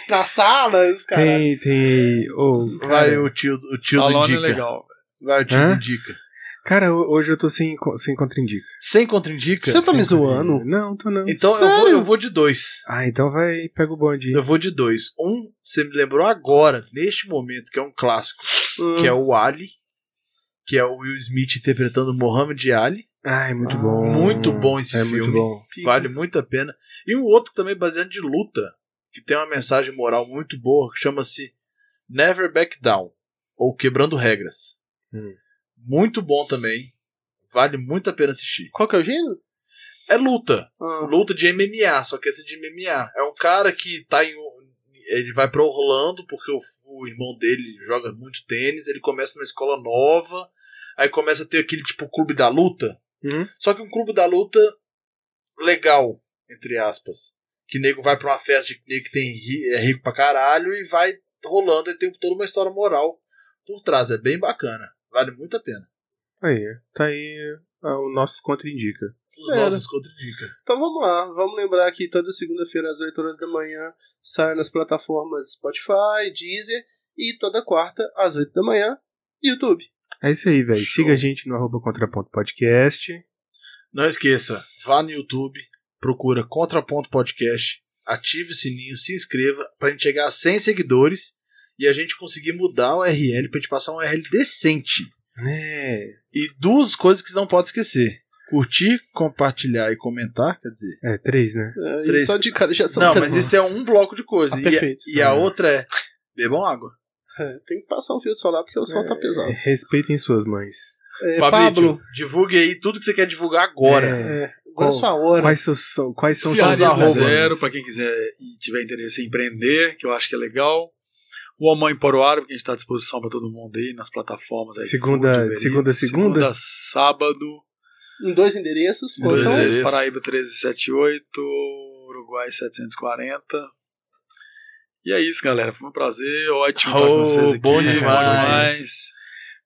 na sala, os caras. Tem, tem. ô, Vai cara, o tio, o tio do Stallone é Indica. legal. velho. Vai o tio Hã? do Indica. cara, ho- hoje eu tô sem, co- sem contraindica. Sem contra-indica? Você tá me Sem contraindica. zoando? Não, tô não. Então eu vou, eu vou de dois. Ah, então vai, pega o bonde. Eu vou de dois. Um, você me lembrou agora, neste momento, que é um clássico, que é o Ali, que é o Will Smith interpretando Mohamed Ali. Ai, muito bom. Ah, Muito bom esse é filme. Muito bom. Vale muito a pena. E um outro também baseado de luta, que tem uma mensagem moral muito boa, que chama-se Never Back Down, ou Quebrando Regras. Hum. Muito bom também. Vale muito a pena assistir. Qual que é o gênero? É luta. Ah, luta de MMA, só que essa de MMA. É um cara que tá em. um- Ele vai pra Orlando porque o, o irmão dele joga muito tênis, ele começa numa escola nova, aí começa a ter aquele tipo clube da luta. Uhum. Só que um clube da luta legal, entre aspas. Que nego vai pra uma festa de nego que tem, ri- é rico pra caralho e vai rolando e tem toda uma história moral por trás. É bem bacana. Vale muito a pena. Aí, tá aí ah, o nosso contraindica. Os Era. nossos contra-indica. Então vamos lá. Vamos lembrar que toda segunda-feira, às 8 horas da manhã, sai nas plataformas Spotify, Deezer. E toda quarta, às 8 da manhã, YouTube. É isso aí, velho. Show. Siga a gente no arroba contraponto podcast. Não esqueça, vá no YouTube, procura Contraponto Podcast, ative o sininho, se inscreva pra gente chegar a 100 seguidores e a gente conseguir mudar o URL pra gente passar um URL decente. É, E duas coisas que não pode esquecer: curtir, compartilhar e comentar, quer dizer. é três, né? É, e Três. Só de cara já são não, três. mas isso é um bloco de coisa. Ah, E a- perfeito. e, a, Ah. outra é bebam água. É, Tem que passar um fio de solar porque o sol tá pesado. Respeitem suas mães. É, Pablito, Pablo, divulgue aí tudo que você quer divulgar agora. É. é, agora é Qual- sua hora. Quais são- são, quais são seus Diarismo arrobas? Zero, para quem quiser e tiver interesse em empreender, que eu acho que é legal. O Amã Emporoário, que a gente está à disposição para todo mundo aí, nas plataformas. Aí, Segunda- segunda, é segunda? Segunda, sábado. Em dois endereços. Em dois então, endereços, endereços. Paraíba 1378, Uruguai 740. E é isso, galera. Foi um prazer. Ótimo estar com Oh, vocês aqui. bom demais.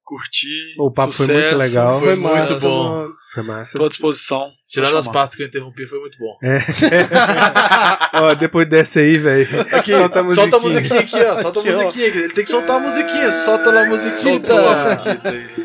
Curti. O papo foi sucesso, muito legal. Foi, Foi muito massa. bom. mano. Foi massa. Estou à disposição. Só Tirando as chamar. partes que eu interrompi, foi muito bom. Ó, depois dessa aí, velho. É Solta a musiquinha. Solta a musiquinha aqui, ó. Solta a Aqui, ó. musiquinha aqui. Ele tem que soltar a musiquinha. Solta lá a musiquinha. Soltou a musiquita aí.